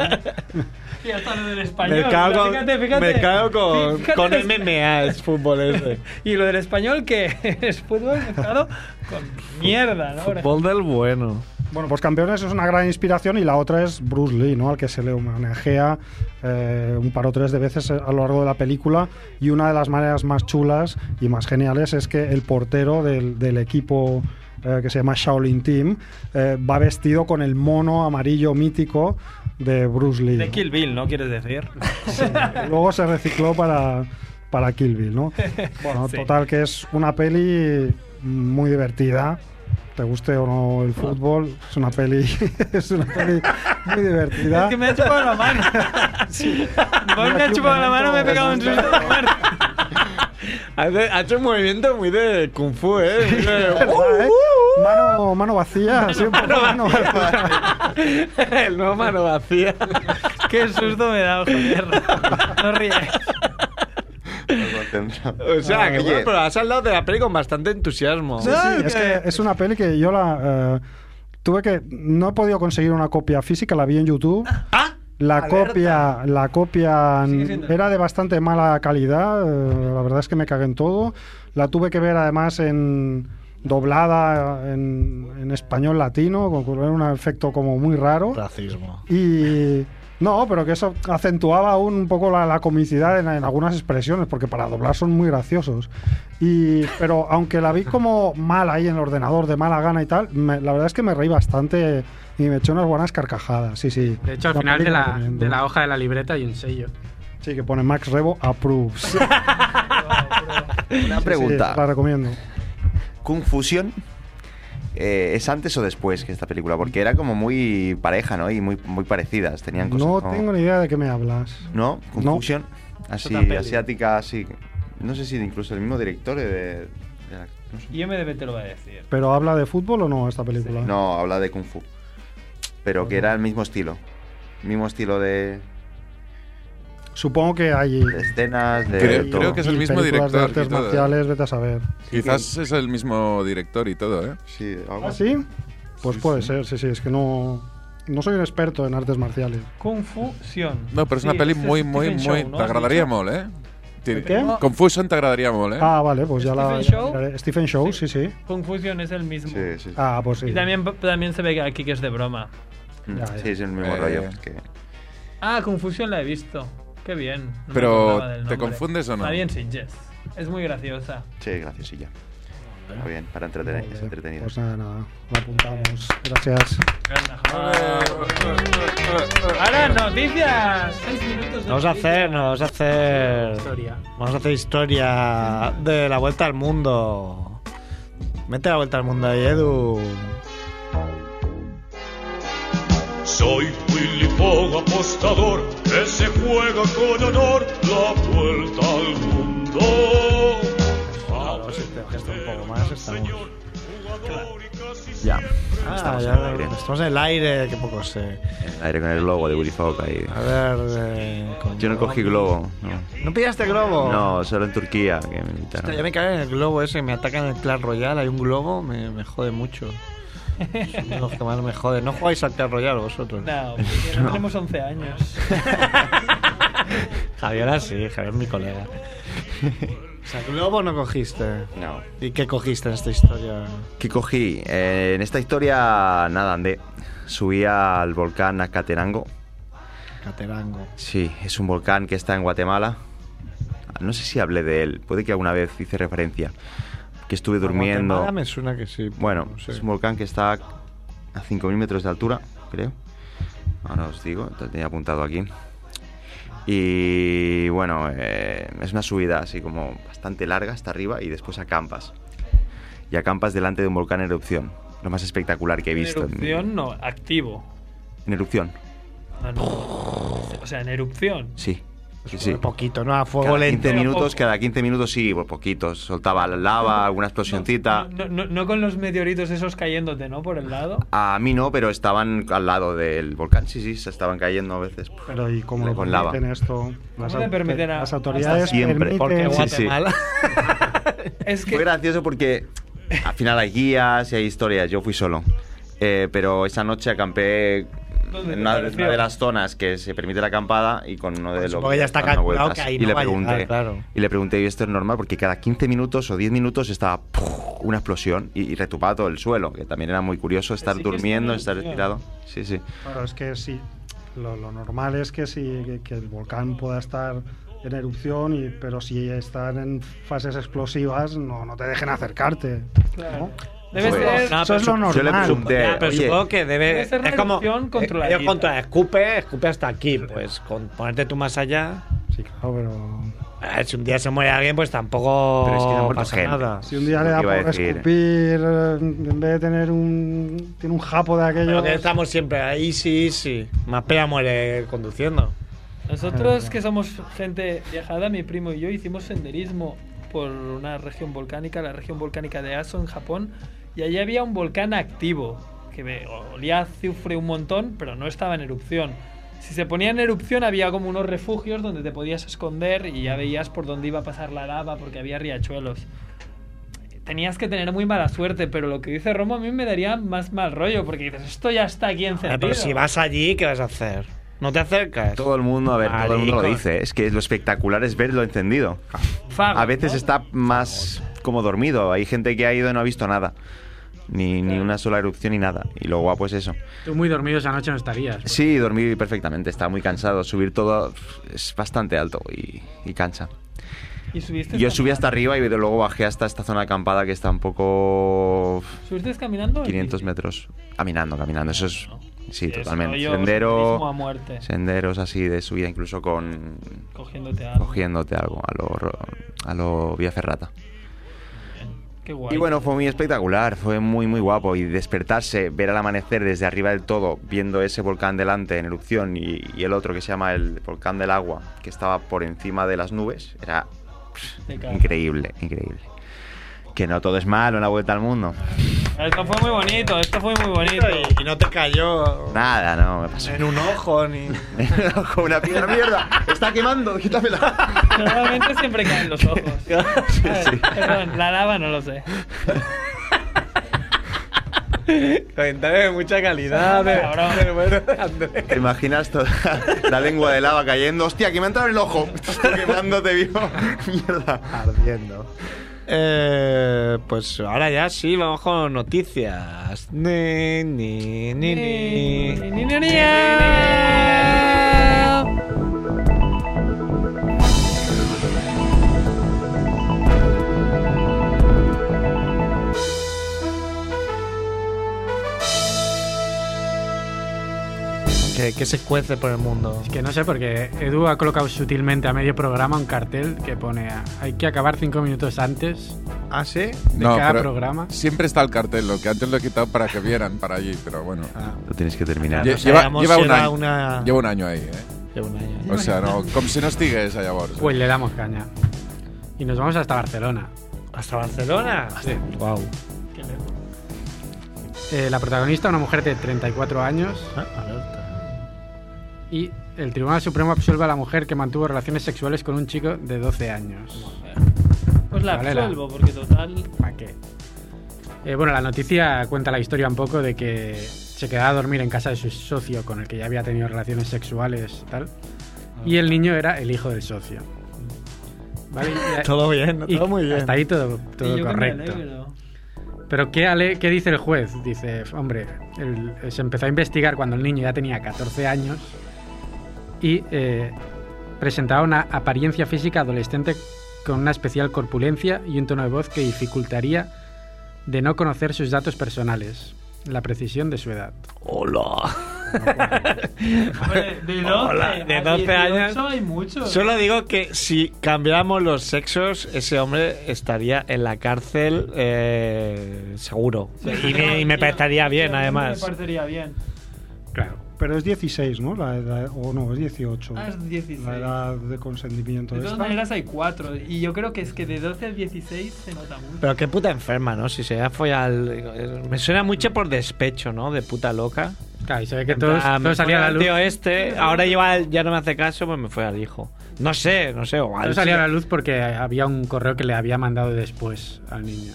S4: Y hasta lo del español.
S2: Me cago,
S4: fíjate, fíjate.
S2: me cago
S4: Sí,
S2: con,
S4: fíjate
S2: con
S4: el es-
S2: MMA, es fútbol ese.
S4: [laughs] Y lo del español que [laughs] es fútbol mezclado con mierda, ¿no?
S2: Fútbol del bueno.
S6: Bueno, pues Campeones es una gran inspiración y la otra es Bruce Lee, ¿no? Al que se le homenajea eh, un par o tres de veces a lo largo de la película y una de las maneras más chulas y más geniales es que el portero del, del equipo eh, que se llama Shaolin Team eh, va vestido con el mono amarillo mítico de Bruce Lee.
S4: De Kill Bill, ¿no quieres decir?
S6: [laughs] Luego se recicló para, para Kill Bill,
S4: [laughs]
S6: ¿no? Bueno,
S4: Sí.
S6: total, que es una peli muy divertida. Te guste o no el fútbol, es una peli, [laughs] es una peli muy
S4: [laughs]
S6: divertida.
S4: Es que me ha chupado la
S2: [laughs]
S4: mano. [laughs] Vos me ha chupado la mano, me he pegado un susto.
S6: [laughs]
S2: Ha de- ha hecho un movimiento muy de kung fu, ¿eh? Muy de- uh,
S6: ¿Verdad, eh? Mano, mano vacía, sí, un poco mano vacía.
S2: [laughs] el nuevo mano vacía.
S4: Qué susto me da, joder. No ríes.
S2: O sea, que
S6: Oye.
S2: Ah, bueno, pero has hablado de la peli con bastante entusiasmo.
S6: Sí, sí, es, que es una peli que yo la eh, tuve que no he podido conseguir una copia física, la vi en YouTube. La
S2: Ah, Alerta.
S6: copia, la copia
S2: Sigue siendo.
S6: era de bastante mala calidad, eh, la verdad es que me cagué en todo. La tuve que ver además en doblada en, en español latino, con con un efecto como muy raro.
S2: Racismo.
S6: Y no, pero que eso acentuaba aún un poco la, la comicidad en, en algunas expresiones, porque para doblar son muy graciosos. Y, pero aunque la vi como mal ahí en el ordenador, de mala gana y tal, me- la verdad es que me reí bastante y me eché unas buenas carcajadas. Sí, sí.
S7: De hecho, al
S6: Una
S7: final de
S6: película
S7: la,
S6: tremenda.
S7: de la hoja de la libreta hay un sello.
S6: Sí, que pone Max Rebo
S14: [laughs]
S6: approves.
S14: Una pregunta.
S6: la recomiendo.
S14: Kung Fusion eh, es antes o después que esta película, porque era como muy pareja, ¿no? Y muy, muy parecidas, tenían cosas.
S6: No
S14: como-
S6: tengo ni idea de qué me hablas.
S14: ¿No? Kung
S6: No.
S14: Fusion, así
S6: Otra peli.
S14: asiática, así. No sé si incluso el mismo director eh, de, de la- no, sé.
S4: Y MDB te lo va a decir.
S6: ¿Pero habla de fútbol o no esta película?
S14: No, habla de Kung Fu, pero que era el mismo estilo, mismo estilo de,
S6: Supongo que hay.
S14: de escenas, de
S9: Creo-
S14: todo.
S9: creo que es el
S6: y
S9: mismo director
S6: películas De
S9: y
S6: artes
S9: todo, ¿eh?
S6: marciales, vete a saber.
S9: Quizás es el mismo director y todo, ¿eh?
S14: Sí,
S6: ¿Ah, sí? Pues puede ser, sí, sí. Es que no, no soy un experto en artes marciales.
S4: Confusión.
S9: No, pero es una
S4: Sí,
S9: peli
S4: ese es
S9: muy,
S4: Stephen
S9: muy, muy...
S4: Chow, ¿no?
S9: Te
S4: Has
S9: agradaría
S4: dicho.
S9: mol, ¿eh? Tiene-
S4: ¿El qué?
S9: Confusion te agradaría mol, ¿eh?
S6: Ah, vale, pues ya la.
S4: ¿Stephen Chow?
S6: ya miraré. Stephen Show, sí, sí.
S4: Confusión es el mismo.
S6: Ah, pues sí.
S4: Y también, también se ve que aquí que es de broma.
S14: Mm,
S6: Ya, ya.
S14: sí, es el mismo
S9: Eh,
S14: rollo. que-
S4: Ah, Confusión la he visto. Qué bien. No me
S9: Pero,
S4: acordaba del
S9: ¿te
S4: nombre.
S9: confundes o no?
S4: Está bien Sitges. Es muy graciosa.
S14: [laughs] Sí, gracias, y ya. Está bien, para entretener, es entretenido.
S6: Pues nada, nada. La apuntamos. Gracias.
S4: Ahora noticias. Seis minutos de
S2: Vamos a
S4: noticias.
S2: hacer, no, vamos a hacer.
S7: Historia.
S2: Vamos a hacer historia de la vuelta al mundo. Mete la vuelta al mundo ahí, Edu.
S13: Soy Willy Fogg, apostador, que se juega con honor la vuelta al mundo.
S2: Vamos, si te bajas un poco más, estamos.
S13: Jugador y casi
S14: Ya.
S2: Ah,
S14: Estamos
S2: ya
S14: en el aire.
S2: Estamos en el aire, qué poco sé.
S14: En el aire con el globo de Willy Fogg ahí.
S2: A ver. eh, con-
S14: Yo no cogí globo. No,
S2: ¿No pillaste globo? Este-
S14: No, solo en Turquía que me
S2: Hostia,
S14: invitaron.
S2: Ya me cae en el globo ese, me atacan en el Clash Royale, hay un globo, me, me
S4: [laughs]
S2: jode mucho. Son de los que más me jode. ¿No jugáis al Clash Royale vosotros? [laughs]
S4: No, porque no tenemos 11 años.
S2: Javier ah, sí, Javier es
S4: [laughs]
S2: mi colega. O sea, globo no cogiste.
S14: No.
S2: ¿Y qué cogiste en esta historia?
S14: ¿Qué cogí? Eh, en esta historia, nada, andé. Subí al volcán Acatenango.
S2: Caterango.
S14: Sí, es un volcán que está en Guatemala. No sé si hablé de él, puede que alguna vez hice referencia. Que estuve durmiendo.
S2: Guatemala me suena que sí.
S14: Bueno,
S2: no sé.
S14: es un volcán que está a 5.000 metros de altura, creo. Ahora os digo, lo tenía apuntado aquí. Y bueno, eh, es una subida así como bastante larga hasta arriba y después acampas. Y acampas delante de un volcán en erupción. Lo más espectacular que he
S4: En
S14: visto. en-
S4: erupción, no, activo.
S14: En erupción,
S4: Ah, no. O sea, en erupción.
S14: sí. Sí, sí.
S2: Poquito, ¿no? A fuego
S14: Cada
S2: lento.
S14: 15 minutos, cada 15 minutos sí, pues poquitos. Soltaba la lava, alguna explosioncita.
S4: No, no- no con los meteoritos esos cayéndote, ¿no? Por el lado.
S14: A mí no, pero estaban al lado del volcán. Sí, sí, se estaban cayendo a veces.
S6: Pero ¿y cómo lo
S14: Con lava.
S6: permiten esto? Las,
S4: te
S6: au-
S4: permiten a-
S6: las autoridades
S14: Siempre.
S6: permiten-
S14: Porque Sí, sí. Guatemala.
S4: Es
S14: Fue gracioso porque [laughs] al final hay guías y hay historias. Yo fui solo. Eh, pero esa noche acampé
S4: ¿Dónde
S14: en
S4: te
S14: una,
S4: pareció?
S14: una de las zonas que se permite la acampada y con uno de los.
S2: supongo que ya está
S14: dando
S2: calculado
S14: vueltas.
S2: que ahí
S14: y
S2: no
S14: le
S2: va a llegar,
S14: pregunté,
S2: claro.
S14: Y le pregunté, ¿y esto es normal? Porque cada 15 minutos o 10 minutos estaba ¡puf! una explosión y, y retumbaba todo el suelo, que también era muy curioso estar
S6: Sí que es
S14: durmiendo,
S6: una
S14: estar
S6: erupción.
S14: estirado. Sí, sí.
S4: este?
S6: Claro, es que sí. Lo, lo normal es que, sí, que, que el volcán pueda estar en erupción, y, pero si están en fases explosivas, no, no te dejen acercarte. ¿no?
S4: Debe
S6: Eso-
S4: ser-
S6: Eso es lo normal.
S14: Yo le pregunté,
S2: Ya, pero
S14: "Oye,
S2: supongo que debe,
S4: Debe ser una
S2: es como eh,
S4: erupción controladita.
S2: ellos contra escupe, escupe hasta aquí, pues con ponerte tú más allá.
S6: Sí, claro, pero
S2: Ah, Si un día se muere alguien, pues tampoco
S14: Pero es que se ha muerto
S2: pasa
S14: gente.
S2: nada.
S6: Si un día le da por escupir, eh, en vez de tener un. Tiene un japo de aquello.
S2: Pero que estamos siempre ahí, sí, sí. Mapea muere conduciendo. Ah, Eh,
S4: Nosotros que somos gente viajada, mi primo y yo hicimos senderismo por una región volcánica, la región volcánica de Aso en Japón, y allí había un volcán activo que me olía a azufre un montón, pero no estaba en erupción. Si se ponía en erupción había como unos refugios donde te podías esconder y ya veías por dónde iba a pasar la lava porque había riachuelos. Tenías que tener muy mala suerte, pero lo que dice Romo a mí me daría más mal rollo porque dices, esto ya está aquí encendido.
S2: Ah, pero si vas allí, ¿qué vas a hacer? No te acercas.
S14: Todo el mundo, a ver, todo el mundo lo
S2: Marico.
S14: dice. Es que lo espectacular es verlo encendido. a veces está más como dormido. Hay gente que ha ido y no ha visto nada. Ni, ni una sola erupción ni nada. Y lo guapo es eso.
S7: Tú muy dormido esa noche no estarías.
S14: Sí, dormí perfectamente. Estaba muy cansado. Subir todo pf, es bastante alto y, y cansa.
S4: Y subiste
S14: Yo subí hasta arriba y de- luego bajé hasta esta zona acampada que está un poco... pf,
S4: ¿Subiste caminando? o en
S14: 500 metros. Caminando, caminando. Eso es... Sí,
S4: Es
S14: totalmente.
S4: rollo senderismo a
S14: Sendero,
S4: muerte.
S14: senderos así de subida, incluso con,
S4: cogiéndote algo.
S14: cogiéndote algo a lo, ro- a lo Vía Ferrata.
S4: Qué guay.
S14: Y bueno, fue muy espectacular, fue muy, muy guapo. Y despertarse, ver al amanecer desde arriba del todo, viendo ese volcán delante en erupción y, y el otro que se llama el volcán del agua, que estaba por encima de las nubes, era pff,
S4: De cara.
S14: increíble, increíble. Que no todo es malo en la vuelta al mundo.
S4: Esto fue muy bonito, esto fue muy bonito.
S2: Y no te cayó
S14: Nada, no, me pasó.
S2: en un ojo ni.
S14: Con una piedra [laughs] mierda, está quemando, quítamela.
S4: Normalmente siempre caen los ojos. A ver, Perdón, la lava no lo sé.
S2: Comentario de mucha calidad, de,
S4: Cabrón.
S2: del bueno de Andrés.
S14: ¿Te imaginas toda [laughs] la lengua de lava cayendo? Hostia, que me ha entrado en el ojo. [laughs] Estás quemándote vivo. [laughs] Mierda.
S2: Ardiendo. Eh, pues ahora ya sí, vamos con noticias. Ni, ni, ni, ni.
S4: Ni, ni, ni, ni, ni.
S2: Que, que se cuece por el mundo.
S7: Que no sé, porque Edu ha colocado sutilmente a medio programa un cartel que pone hay que acabar cinco minutos antes
S2: ¿Ah, sí?
S7: de
S9: No,
S7: cada
S9: pero
S7: programa.
S9: Siempre está el cartel, lo que antes lo he quitado para que vieran para allí, pero bueno.
S4: Ah.
S14: Lo tienes que terminar.
S9: Lle-
S2: no
S9: lleva,
S2: sabíamos
S9: lleva
S2: si
S9: un
S2: era
S9: año,
S2: una-
S9: lleva un año ahí, ¿eh?
S2: Lleva un año.
S9: O sea, no, como si no estigues allá, llavor.
S7: Pues le damos caña. Y nos vamos hasta Barcelona.
S2: ¿Hasta Barcelona?
S7: Sí.
S2: Wow.
S7: Eh, la protagonista, una mujer de 34 años. Y el Tribunal Supremo absuelve a la mujer que mantuvo relaciones sexuales con un chico de 12 años.
S4: Pues la
S7: Vale, la-
S4: absuelvo, porque total.
S7: ¿Para qué? Eh, bueno, la noticia cuenta la historia un poco de que se quedaba a dormir en casa de su socio con el que ya había tenido relaciones sexuales y tal. Y el niño era el hijo del socio.
S2: [laughs]
S7: ¿Vale? Y-
S2: Todo bien, ¿no?
S7: y
S2: Todo muy bien.
S7: Hasta ahí todo, todo
S2: Y yo que me
S7: correcto. Pero ¿qué, ale- qué dice el juez? Dice, hombre, el- se empezó a investigar cuando el niño ya tenía 14 años y eh, presentaba una apariencia física adolescente con una especial corpulencia y un tono de voz que dificultaría de no conocer sus datos personales, la precisión de su edad.
S2: Hola.
S4: Hombre, de 12,
S2: Hola, de
S4: a
S2: 12 años.
S4: 18 hay mucho.
S2: Solo digo que si cambiáramos los sexos, ese hombre estaría en la cárcel eh, seguro. Y me, y me prestaría bien,
S4: Me
S2: además.
S4: parecería bien.
S2: Claro.
S6: Pero es 16, ¿no? La edad- o no, es 18.
S4: Ah, es 16.
S6: La edad de consentimiento
S4: De todas
S6: esta.
S4: maneras hay cuatro. Y yo creo que es que de 12 a 16 se nota mucho.
S2: Pero qué puta enferma, ¿no? Si se ha follado. al- Me suena mucho por despecho, ¿no? De puta loca.
S7: Claro, y se ve que
S2: En
S7: todo,
S2: plan,
S7: todo
S2: me
S7: salía a
S2: fue
S7: la
S2: al
S7: luz.
S2: tío este, ahora lleva- ya no me hace caso, pues me fue al hijo. No sé, no sé.
S7: Todo salía a la luz porque había un correo que le había mandado después al niño.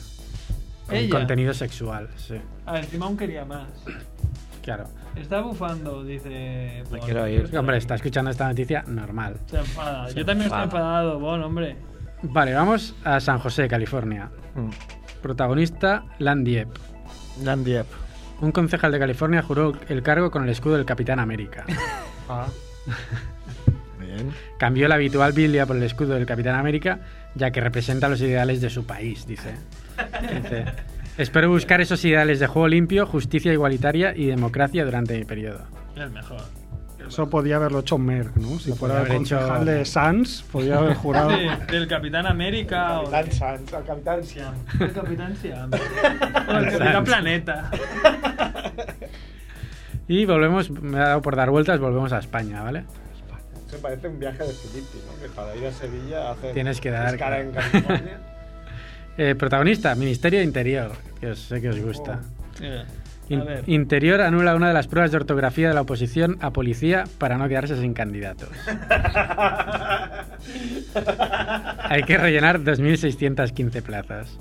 S7: Con
S4: Ella.
S7: contenido sexual, sí.
S4: Ah, encima aún quería más.
S7: Claro.
S4: Está bufando, dice. Me
S7: Quiero ir. Hombre, está escuchando esta noticia normal.
S4: Se enfada.
S7: Se
S4: Yo también estoy
S7: enfada.
S4: enfadado, Bon, hombre.
S7: Vale, vamos a San José, California.
S6: Mm.
S7: Protagonista, Landiep.
S2: Landiep.
S7: Un concejal de California juró el cargo con el escudo del
S6: [laughs]
S7: Capitán América.
S6: Ah.
S7: Cambió la habitual Biblia por el escudo del Capitán América, ya que representa los ideales de su país, dice. Dice, espero buscar esos ideales de juego limpio, justicia igualitaria y democracia durante mi periodo.
S4: El mejor.
S6: Eso podía haberlo hecho Merck, ¿no? Si fuera
S7: podía
S6: el
S7: haber hecho-
S6: concejal de Sans, podía haber
S7: [laughs]
S6: jurado.
S4: Sí, del Capitán América. o-
S2: Capitán
S4: El Capitán Siam. El Capitán Siam.
S2: [laughs]
S4: O el
S7: El
S4: Capitán
S7: [laughs] Sans.
S4: Planeta.
S7: Y volvemos, me ha dado por dar vueltas, volvemos a España, ¿vale?
S2: Se parece un viaje de Filippi, ¿no? Que para ir a Sevilla hace
S7: Tienes que dar. [laughs]
S2: escala en California.
S7: Eh, protagonista, Ministerio de Interior, que os- sé que os gusta.
S13: Oh,
S7: In-
S4: A ver.
S7: Interior anula una de las pruebas de ortografía de la oposición a policía para no quedarse sin candidatos. Hay que rellenar 2.615 plazas.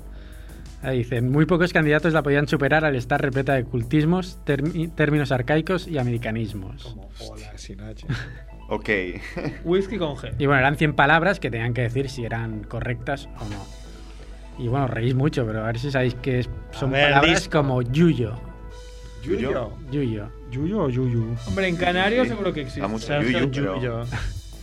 S7: Ahí dicen, muy pocos candidatos la podían superar al estar repleta de cultismos, termi- términos arcaicos y americanismos.
S2: Hola, sin H.
S5: Ok.
S4: Whisky con G.
S7: Y bueno, eran 100 palabras que tenían que decir si eran correctas o no. Y bueno, reís mucho, pero a ver si sabéis que es- son
S2: ver,
S7: palabras
S2: dis-
S7: como yuyo.
S2: Yuyo.
S7: Yuyo.
S6: ¿Yuyo o Yuyu?
S4: Hombre, en Canarias seguro que existe.
S5: Está mucho yuyu, pero...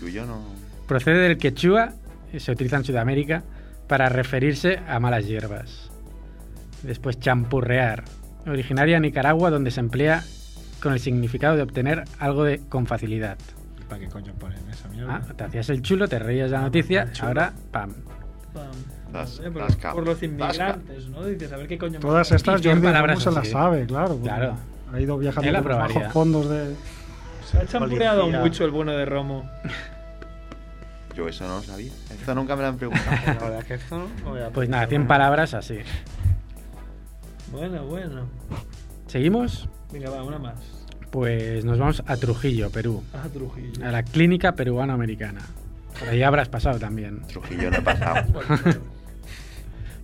S5: Yuyo no...
S7: Procede del quechua, y se utiliza en Sudamérica, para referirse a malas hierbas. Después champurrear, originaria de Nicaragua donde se emplea con el significado de obtener algo de, con facilidad.
S2: ¿Para qué coño ponen esa
S7: Ah,
S2: mierda?
S7: te hacías el chulo, te reías de la noticia,
S2: chulo.
S7: ahora pam.
S5: Das-
S4: Eh, por,
S5: dasca.
S4: por los inmigrantes, ¿no? Dices, a ver qué coño.
S6: Todas estas
S7: cien
S6: Jordi Ramos
S7: palabras
S6: se las
S7: así.
S6: sabe, claro. porque
S7: Claro.
S6: Ha ido viajando
S7: Él la
S6: por los
S7: probaría.
S6: bajos fondos de.
S4: Se ha champureado
S5: Policía.
S4: mucho el bueno de Romo.
S5: Yo eso no lo sabía. Esto nunca me lo han preguntado.
S2: [laughs] La verdad que esto no lo voy a
S7: Pues nada, 100 palabras así.
S4: Bueno, bueno.
S7: ¿Seguimos?
S4: Venga, va, una más.
S7: Pues nos vamos a Trujillo, Perú.
S4: A Trujillo.
S7: A la clínica peruano-americana. Por ahí habrás pasado también.
S5: Trujillo no he
S2: [laughs]
S5: pasado.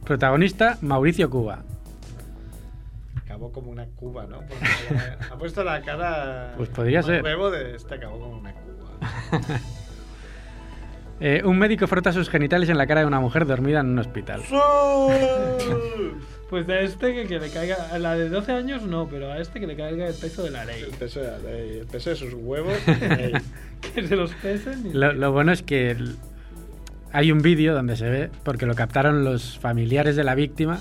S7: Protagonista, Mauricio Cuba.
S2: Acabó como una cuba, ¿no?
S7: [laughs]
S2: Porque la- ha puesto la cara.
S7: Pues podría
S2: como
S7: ser.
S2: huevo de este acabó como una cuba.
S7: Eh, un médico frota sus genitales en la cara de una mujer dormida en un hospital.
S4: Pues a este que, que le caiga. A la de 12 años no, pero a este que le caiga el peso de la ley.
S2: El peso de la ley, el peso de sus huevos.
S4: [laughs] que se los pesen. Y...
S7: Lo, lo bueno es que el- hay un vídeo donde se ve, porque lo captaron los familiares de la víctima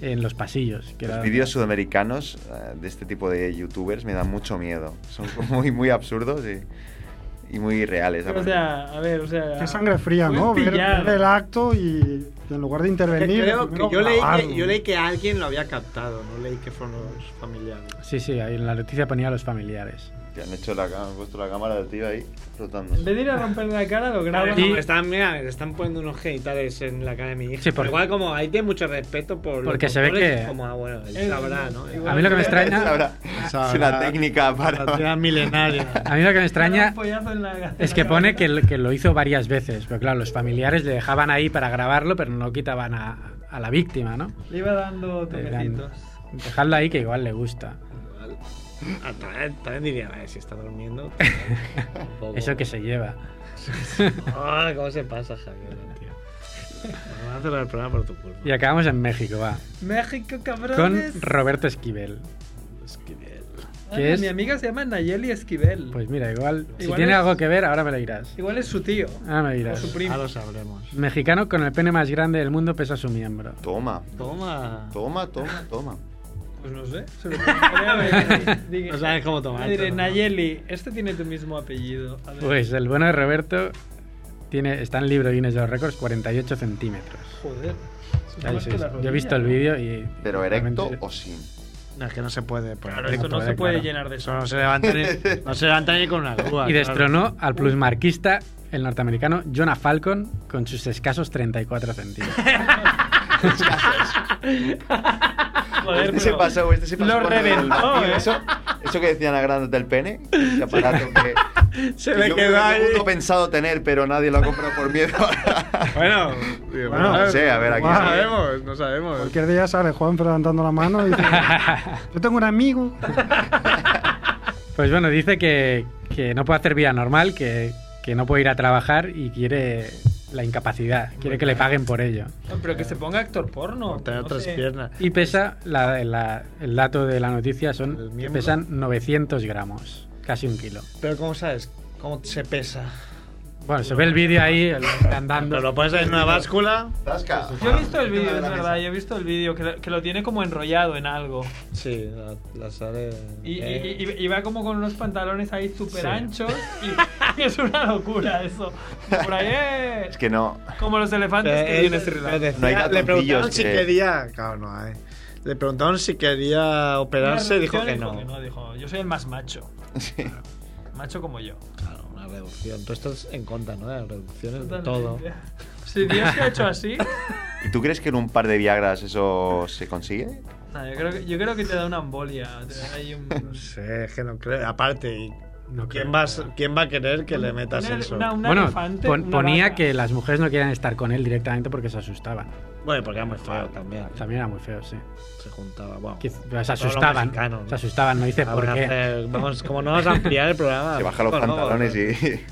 S7: en los pasillos. que era
S5: Los
S7: donde-
S5: vídeos sudamericanos eh, de este tipo de youtubers me dan mucho miedo. Son como muy, muy absurdos y, y muy reales.
S4: O sea, a ver, o sea.
S6: Qué sangre fría,
S4: Fue
S6: ¿no? Ver,
S4: pillar.
S6: ver el acto y en lugar de intervenir.
S2: Creo que
S6: primero
S2: yo, leí
S6: grabarlo.
S2: que, yo leí que alguien lo había captado, no leí que fueron los familiares.
S7: Sí, sí, ahí en la noticia ponía los familiares.
S14: Que han hecho la cámara, han puesto la cámara del tío ahí flotando.
S4: En vez de ir a romper la cara, lo graban.
S2: Y están, mira, le están poniendo unos genitales en la cara de mi hija.
S7: Sí, porque-
S2: Igual como ahí tiene mucho respeto por los
S7: Porque se ve
S2: doctores,
S7: que-
S2: Como, ah, bueno, él sabrá, ¿no?
S7: A mí lo que me extraña.
S2: Es una técnica para- Sabrá milenaria.
S7: A mí lo que me extraña
S4: Un pollazo en la-
S7: es que pone que, el- que lo hizo varias veces. Pero claro, los familiares le dejaban ahí para grabarlo, pero no quitaban a, a la víctima, ¿no?
S4: Le iba dando toquecitos.
S7: Dejadlo ahí que igual le gusta.
S2: Ah, también, también diría, "Vale, si está
S7: [laughs]
S2: durmiendo.
S4: Oh.
S2: tampoco".
S7: Eso que se lleva.
S2: Ah, ¿Cómo se pasa, Javier? Tío? [laughs] Me van a cerrar el programa por tu culpa.
S7: Y acabamos en México, va.
S4: México,
S7: Con
S4: cabrones.
S7: Roberto Esquivel.
S4: Ah,
S7: ¿Qué es?
S4: Mi amiga se llama Nayeli Esquivel.
S7: Pues mira, igual. si
S4: Igual
S7: tiene
S4: es-
S7: algo que ver, ahora me lo dirás.
S4: Igual es su tío.
S7: Ah, me dirás.
S4: O su primo.
S2: Ya lo sabremos.
S7: Mexicano con el pene más grande del mundo pesa su miembro.
S14: Toma.
S2: Toma.
S14: Toma, toma, toma.
S4: Pues no sé. se
S2: [laughs]
S4: lo preguntaré a ver. Dije-
S2: No sabes cómo tomártelo,
S4: Le Diré,
S2: ¿no?
S4: Nayeli, este tiene tu mismo apellido. A ver.
S7: Pues el bueno de Roberto tiene, está en el libro Guinness de los récords 48 centímetros.
S4: Joder. es
S7: Ahí
S4: más
S7: sí,
S4: que la
S7: yo he
S4: rodilla.
S7: visto el vídeo y.
S14: Pero erecto o sin.
S2: No, es que no se puede. poner.
S4: Claro, esto no se puede llenar de
S2: Eso no se levanta
S4: [laughs]
S2: ni, no se levanta ni con una grúa. claro.
S7: Y destronó al plusmarquista, el norteamericano Jonah Falcon, con sus escasos 34 centímetros.
S4: Joder,
S14: este se
S4: pero-
S14: pasó, este se pasó.
S4: Lo
S14: con el-
S4: reventó,
S14: tío,
S4: ¿eh?
S14: Eso, eso que decían agrandate el pene, ese aparato que.
S2: Se
S14: me quedó ahí. he pensado tener, pero nadie lo ha comprado por miedo. [laughs]
S2: bueno,
S14: no sé, a ver aquí.
S2: No sabemos, no sabemos.
S6: Cualquier día sale Juan levantando la mano y dice, yo tengo un amigo.
S7: Pues bueno, dice que, que no puede hacer vida normal, que, que no puede ir a trabajar y quiere la incapacidad, quiere que le paguen por ello.
S4: No, pero que se ponga actor porno.
S2: tener
S4: no
S2: tres
S4: sé.
S2: piernas.
S7: Y pesa, la- la- el dato de la noticia
S2: El
S7: son que
S2: miembro.
S7: pesan 900 gramos, casi un kilo.
S2: Pero ¿cómo sabes? ¿Cómo se pesa?
S7: Bueno, se ve el vídeo ahí, el- andando.
S2: Pero lo pones en una báscula.
S14: Tasca.
S4: Yo he visto el vídeo, es verdad. Yo he visto el vídeo que, lo- que lo tiene como enrollado en algo.
S2: Sí, la, la sale.
S4: Y,
S2: Eh.
S4: y- y- y va como con unos pantalones ahí súper
S2: Sí.
S4: anchos. Y, [laughs] y es una locura eso. Por ahí, ¡eh!
S14: Es que no.
S4: Como los elefantes
S2: Eh,
S4: que tiene
S2: eh,
S4: Sri
S2: le
S4: Lanka.
S2: decía-
S14: No hay
S2: le
S14: ratoncillos
S2: preguntaron si
S14: que-
S2: quería. Claro, no hay. Le preguntaron si quería operarse y dijo
S4: Una
S2: que
S4: reducción,
S2: no.
S4: dijo, yo soy el más macho. Macho como yo.
S2: Claro, una reducción. Tú estás en contra, ¿no? De las reducciones de todo.
S4: Si Dios se ha hecho así, [laughs]
S14: ¿Y tú crees que en un par de Viagras eso se consigue?
S4: no, yo, creo que, yo creo que te da una embolia. te da ahí un-
S2: [laughs] [laughs] No sé, es que no creo. Aparte, ¿y ¿quién,
S7: creo,
S2: va, a s- ¿quién va a querer que le metas
S4: Poner
S2: eso?
S4: una- [laughs] una-
S7: Bueno,
S4: elefante,
S7: pon-
S4: una
S7: ponía
S4: vaca.
S7: que las mujeres no querían estar con él directamente porque se asustaban.
S2: Bueno, porque era muy feo también.
S7: También era muy feo, sí.
S2: Se juntaba. Bueno,
S7: Que-
S2: todos
S7: pero
S2: los
S7: se asustaban.
S2: mexicanos, ¿no?
S7: Se asustaban, no dice
S2: Ah,
S7: por
S2: van a
S7: qué.
S2: hacer- vamos, como no vamos a ampliar el programa.
S14: [laughs] Se bajan los
S2: pues no,
S14: pantalones y,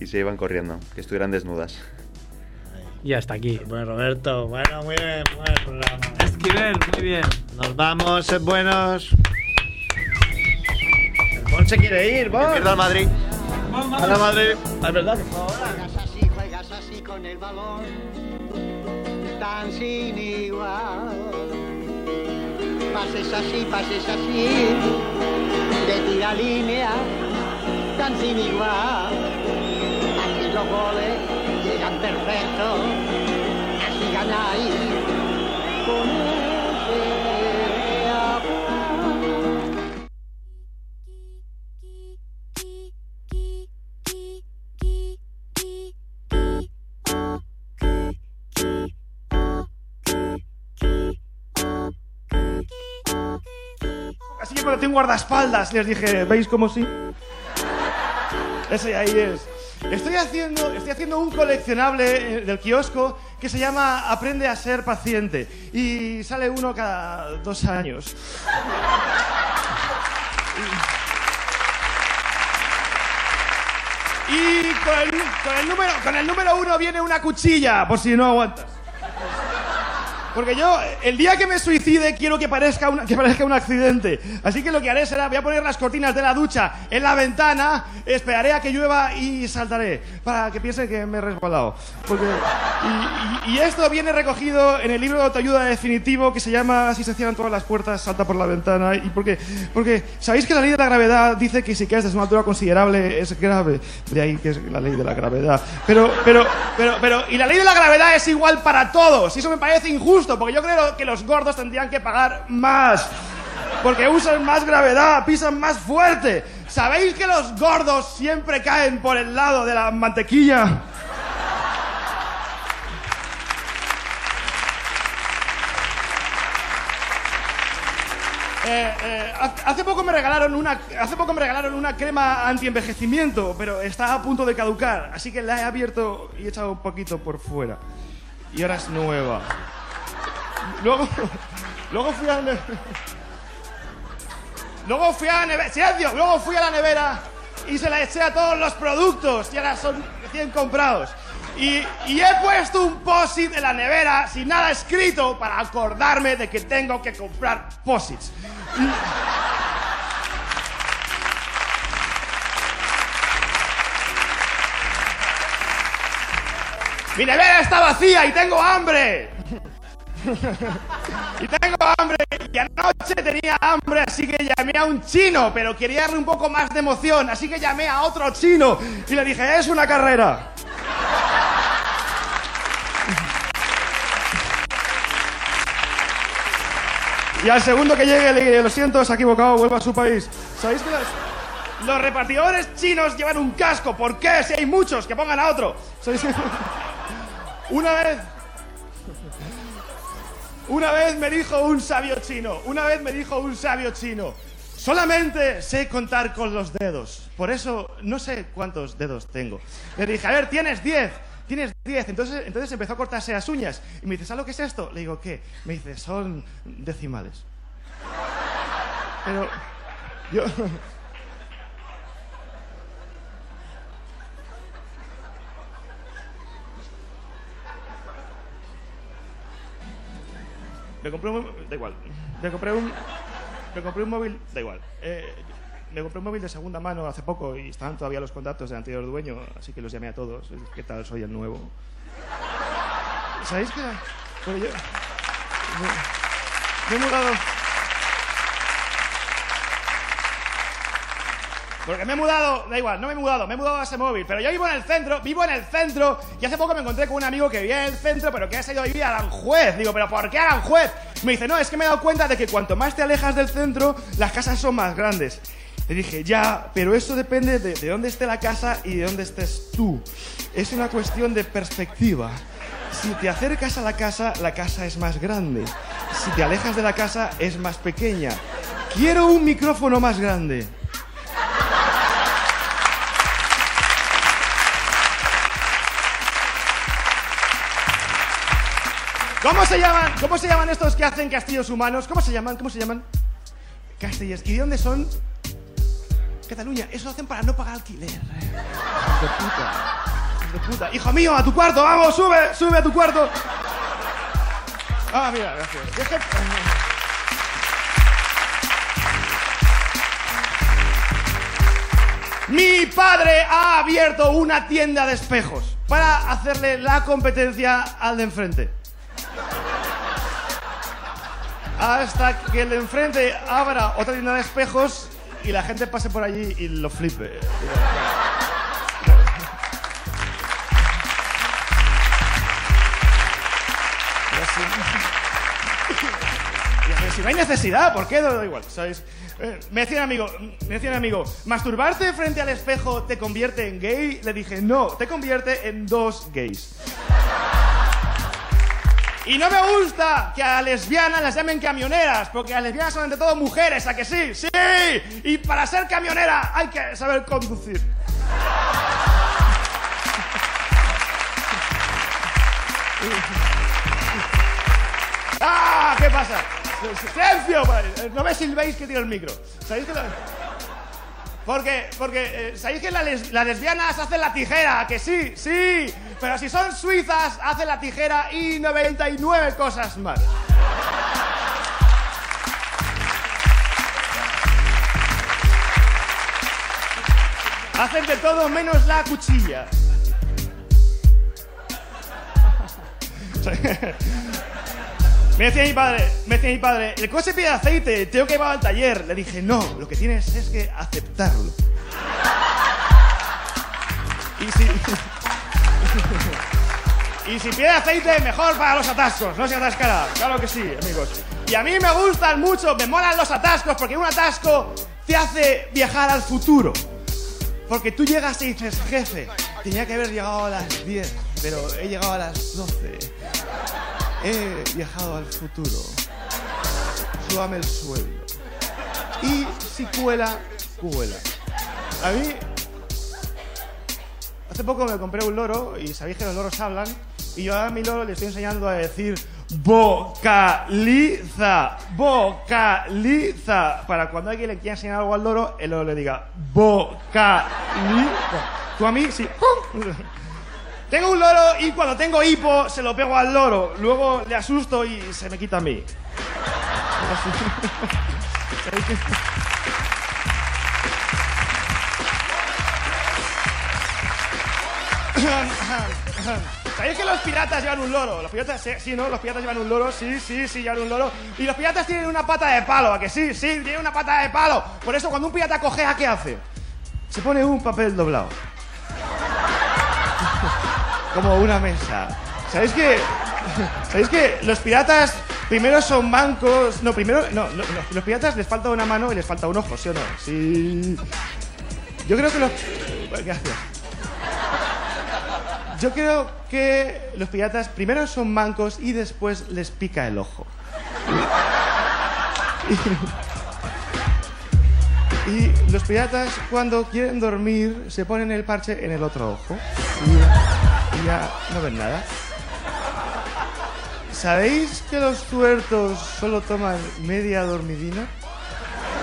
S14: [laughs] y se iban corriendo, que estuvieran desnudas.
S7: Y hasta aquí.
S2: Bueno, Roberto, bueno, muy bien, muy buen programa.
S4: Esquivel, muy bien.
S2: Nos vamos, sed buenos. El Bon se quiere ir, Bon.
S14: Mierda al Madrid.
S2: A la Madrid. Ah, Es verdad.
S16: Juegas así, juegas así con el balón, tan sin igual. Pases así, pases así, de tira línea, tan sin igual. Así los goles llegan perfectos, así ganáis con ese amor.
S17: Así que contraté un guardaespaldas, les dije, ¿veis cómo sí? Ese ahí es. Estoy haciendo, estoy haciendo un coleccionable eh, del kiosco que se llama Aprende a ser paciente y sale uno cada dos años. Y con el, con el número, con el número uno viene una cuchilla, por si no aguantas. Porque yo, el día que me suicide, quiero que parezca, una- que parezca un accidente. Así que lo que haré será, voy a poner las cortinas de la ducha en la ventana, esperaré a que llueva y saltaré, para que piensen que me he resbalado. Porque- y, y- y esto viene recogido en el libro de autoayuda definitivo que se llama Así se cierran todas las puertas, salta por la ventana. Y porque, porque sabéis que la ley de la gravedad dice que si caes desde una altura considerable es grave. De ahí que es la ley de la gravedad. Pero, pero, pero, pero, y la ley de la gravedad es igual para todos. Y eso me parece injusto, porque yo creo que los gordos tendrían que pagar más. Porque usan más gravedad, pisan más fuerte. ¿Sabéis que los gordos siempre caen por el lado de la mantequilla? Eh, eh, ha- hace poco me regalaron una hace poco me regalaron una crema antienvejecimiento, pero está a punto de caducar, así que la he abierto y he echado un poquito por fuera. Y ahora es nueva. Luego luego fui a la ne- Luego fui a la nevera, silencio, luego fui a la nevera y se la eché a todos los productos y ahora son recién comprados. Y, y he puesto un posit en la nevera sin nada escrito para acordarme de que tengo que comprar posits. Mi nevera está vacía y tengo hambre. y tengo hambre. Y anoche tenía hambre, así que llamé a un chino, pero quería darle un poco más de emoción, así que llamé a otro chino y le dije, es una carrera. Y al segundo que llegue le diré, lo siento, se ha equivocado, vuelva a su país. ¿Sabéis que los, los repartidores chinos llevan un casco? ¿Por qué? Si hay muchos, que pongan a otro. ¿Sabéis que- [laughs] Una vez... Una vez me dijo un sabio chino, una vez me dijo un sabio chino, solamente sé contar con los dedos, por eso no sé cuántos dedos tengo. Le dije, a ver, tienes 10, tienes 10. Entonces, entonces empezó a cortarse las uñas y me dice, ¿sabes lo que es esto? Le digo, ¿qué? Me dice, son decimales. Pero yo... Me compré un... Da igual. Me compré un... Me compré un móvil... Da igual. Eh, me compré un móvil de segunda mano hace poco y estaban todavía los contactos del anterior dueño, así que los llamé a todos. ¿Qué tal? Soy el nuevo. ¿Sabéis qué? Bueno, yo... me- me he mudado... Porque me he mudado, da igual, no me he mudado, me he mudado a ese móvil. Pero yo vivo en el centro, vivo en el centro. Y hace poco me encontré con un amigo que vivía en el centro, pero que ha salido a vivir a Aranjuez. Digo, ¿pero por qué Aranjuez? Me dice, no, es que me he dado cuenta de que cuanto más te alejas del centro, las casas son más grandes. Le dije, ya, pero eso depende de, de dónde esté la casa y de dónde estés tú. Es una cuestión de perspectiva. Si te acercas a la casa, la casa es más grande. Si te alejas de la casa, es más pequeña. Quiero un micrófono más grande. ¿Cómo se llaman? ¿Cómo se llaman estos que hacen castillos humanos? ¿Cómo se llaman? ¿Cómo se llaman? Castillos. ¿Y de dónde son? Cataluña. Eso lo hacen para no pagar alquiler. Hijos De puta. Hijos De puta. Hijo mío, a tu cuarto, vamos, sube, sube a tu cuarto. Ah, mira, gracias. Y es que- Mi padre ha abierto una tienda de espejos para hacerle la competencia al de enfrente. Hasta que el de enfrente abra otra tienda de espejos y la gente pase por allí y lo flipe. Ya, pero Si no hay necesidad, ¿por qué? Da da igual, ¿sabéis? Eh, me decía un amigo, me decía un amigo, ¿masturbarte frente al espejo te convierte en gay? Le dije, no, te convierte en dos gays. Y no me gusta que a lesbianas las llamen camioneras, porque las lesbianas son ante todo mujeres, ¿a que sí? ¡Sí! Y para ser camionera hay que saber conducir. ¡Ah! ¿Qué pasa? ¡Silencio! vale. No me silbéis que tiro el micro. ¿Sabéis que la... Porque, porque, eh, ¿sabéis que la les- las lesbianas hacen la tijera? Que sí, sí. Pero si son suizas, hacen la tijera y 99 cosas más. Hacen de todo menos la cuchilla. [laughs] Me decía mi padre, me decía mi padre, el coche pide aceite, tengo que ir al taller. Le dije, no, lo que tienes es que aceptarlo. Y si... [laughs] y si pide aceite, mejor para los atascos, no se atascará. Claro que sí, amigos. Y a mí me gustan mucho, me molan los atascos, porque en un atasco te hace viajar al futuro. Porque tú llegas y dices, jefe, tenía que haber llegado a las 10, pero he llegado a las 12. He viajado al futuro. Súbame el sueldo. Y si cuela, cuela. A mí Hace poco me compré un loro y sabéis que los loros hablan. Y yo a mi loro le estoy enseñando a decir vocaliza, vocaliza. Para cuando alguien le quiera enseñar algo al loro, el loro le diga vocaliza. Tú a mí, sí. Tengo un loro y cuando tengo hipo se lo pego al loro. Luego le asusto y se me quita a mí. ¿Sabéis que los piratas llevan un loro? Los piratas, sí, sí, ¿no? Los piratas llevan un loro, sí, sí, sí, llevan un loro. Y los piratas tienen una pata de palo, ¿a que sí? Sí, tienen una pata de palo. Por eso cuando un pirata cojea, ¿qué hace? Se pone un papel doblado. Como una mesa. ¿Sabéis que, [laughs] ¿Sabéis que los piratas primero son bancos? No, primero... No, no, no, los piratas les falta una mano y les falta un ojo, ¿sí o no? Sí. Yo creo que los... Gracias. Yo creo que los piratas primero son mancos y después les pica el ojo. [laughs] Y, y los piratas cuando quieren dormir se ponen el parche en el otro ojo y, y ya no ven nada. ¿Sabéis que los tuertos solo toman media dormidina?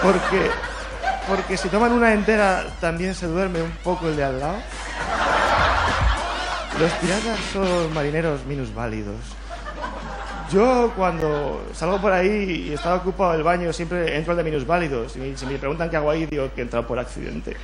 S17: Porque, porque si toman una entera también se duerme un poco el de al lado. Los piratas son marineros minusválidos. Yo cuando salgo por ahí y está ocupado el baño siempre entro al de minusválidos. Y si me preguntan qué hago ahí, digo que he entrado por accidente.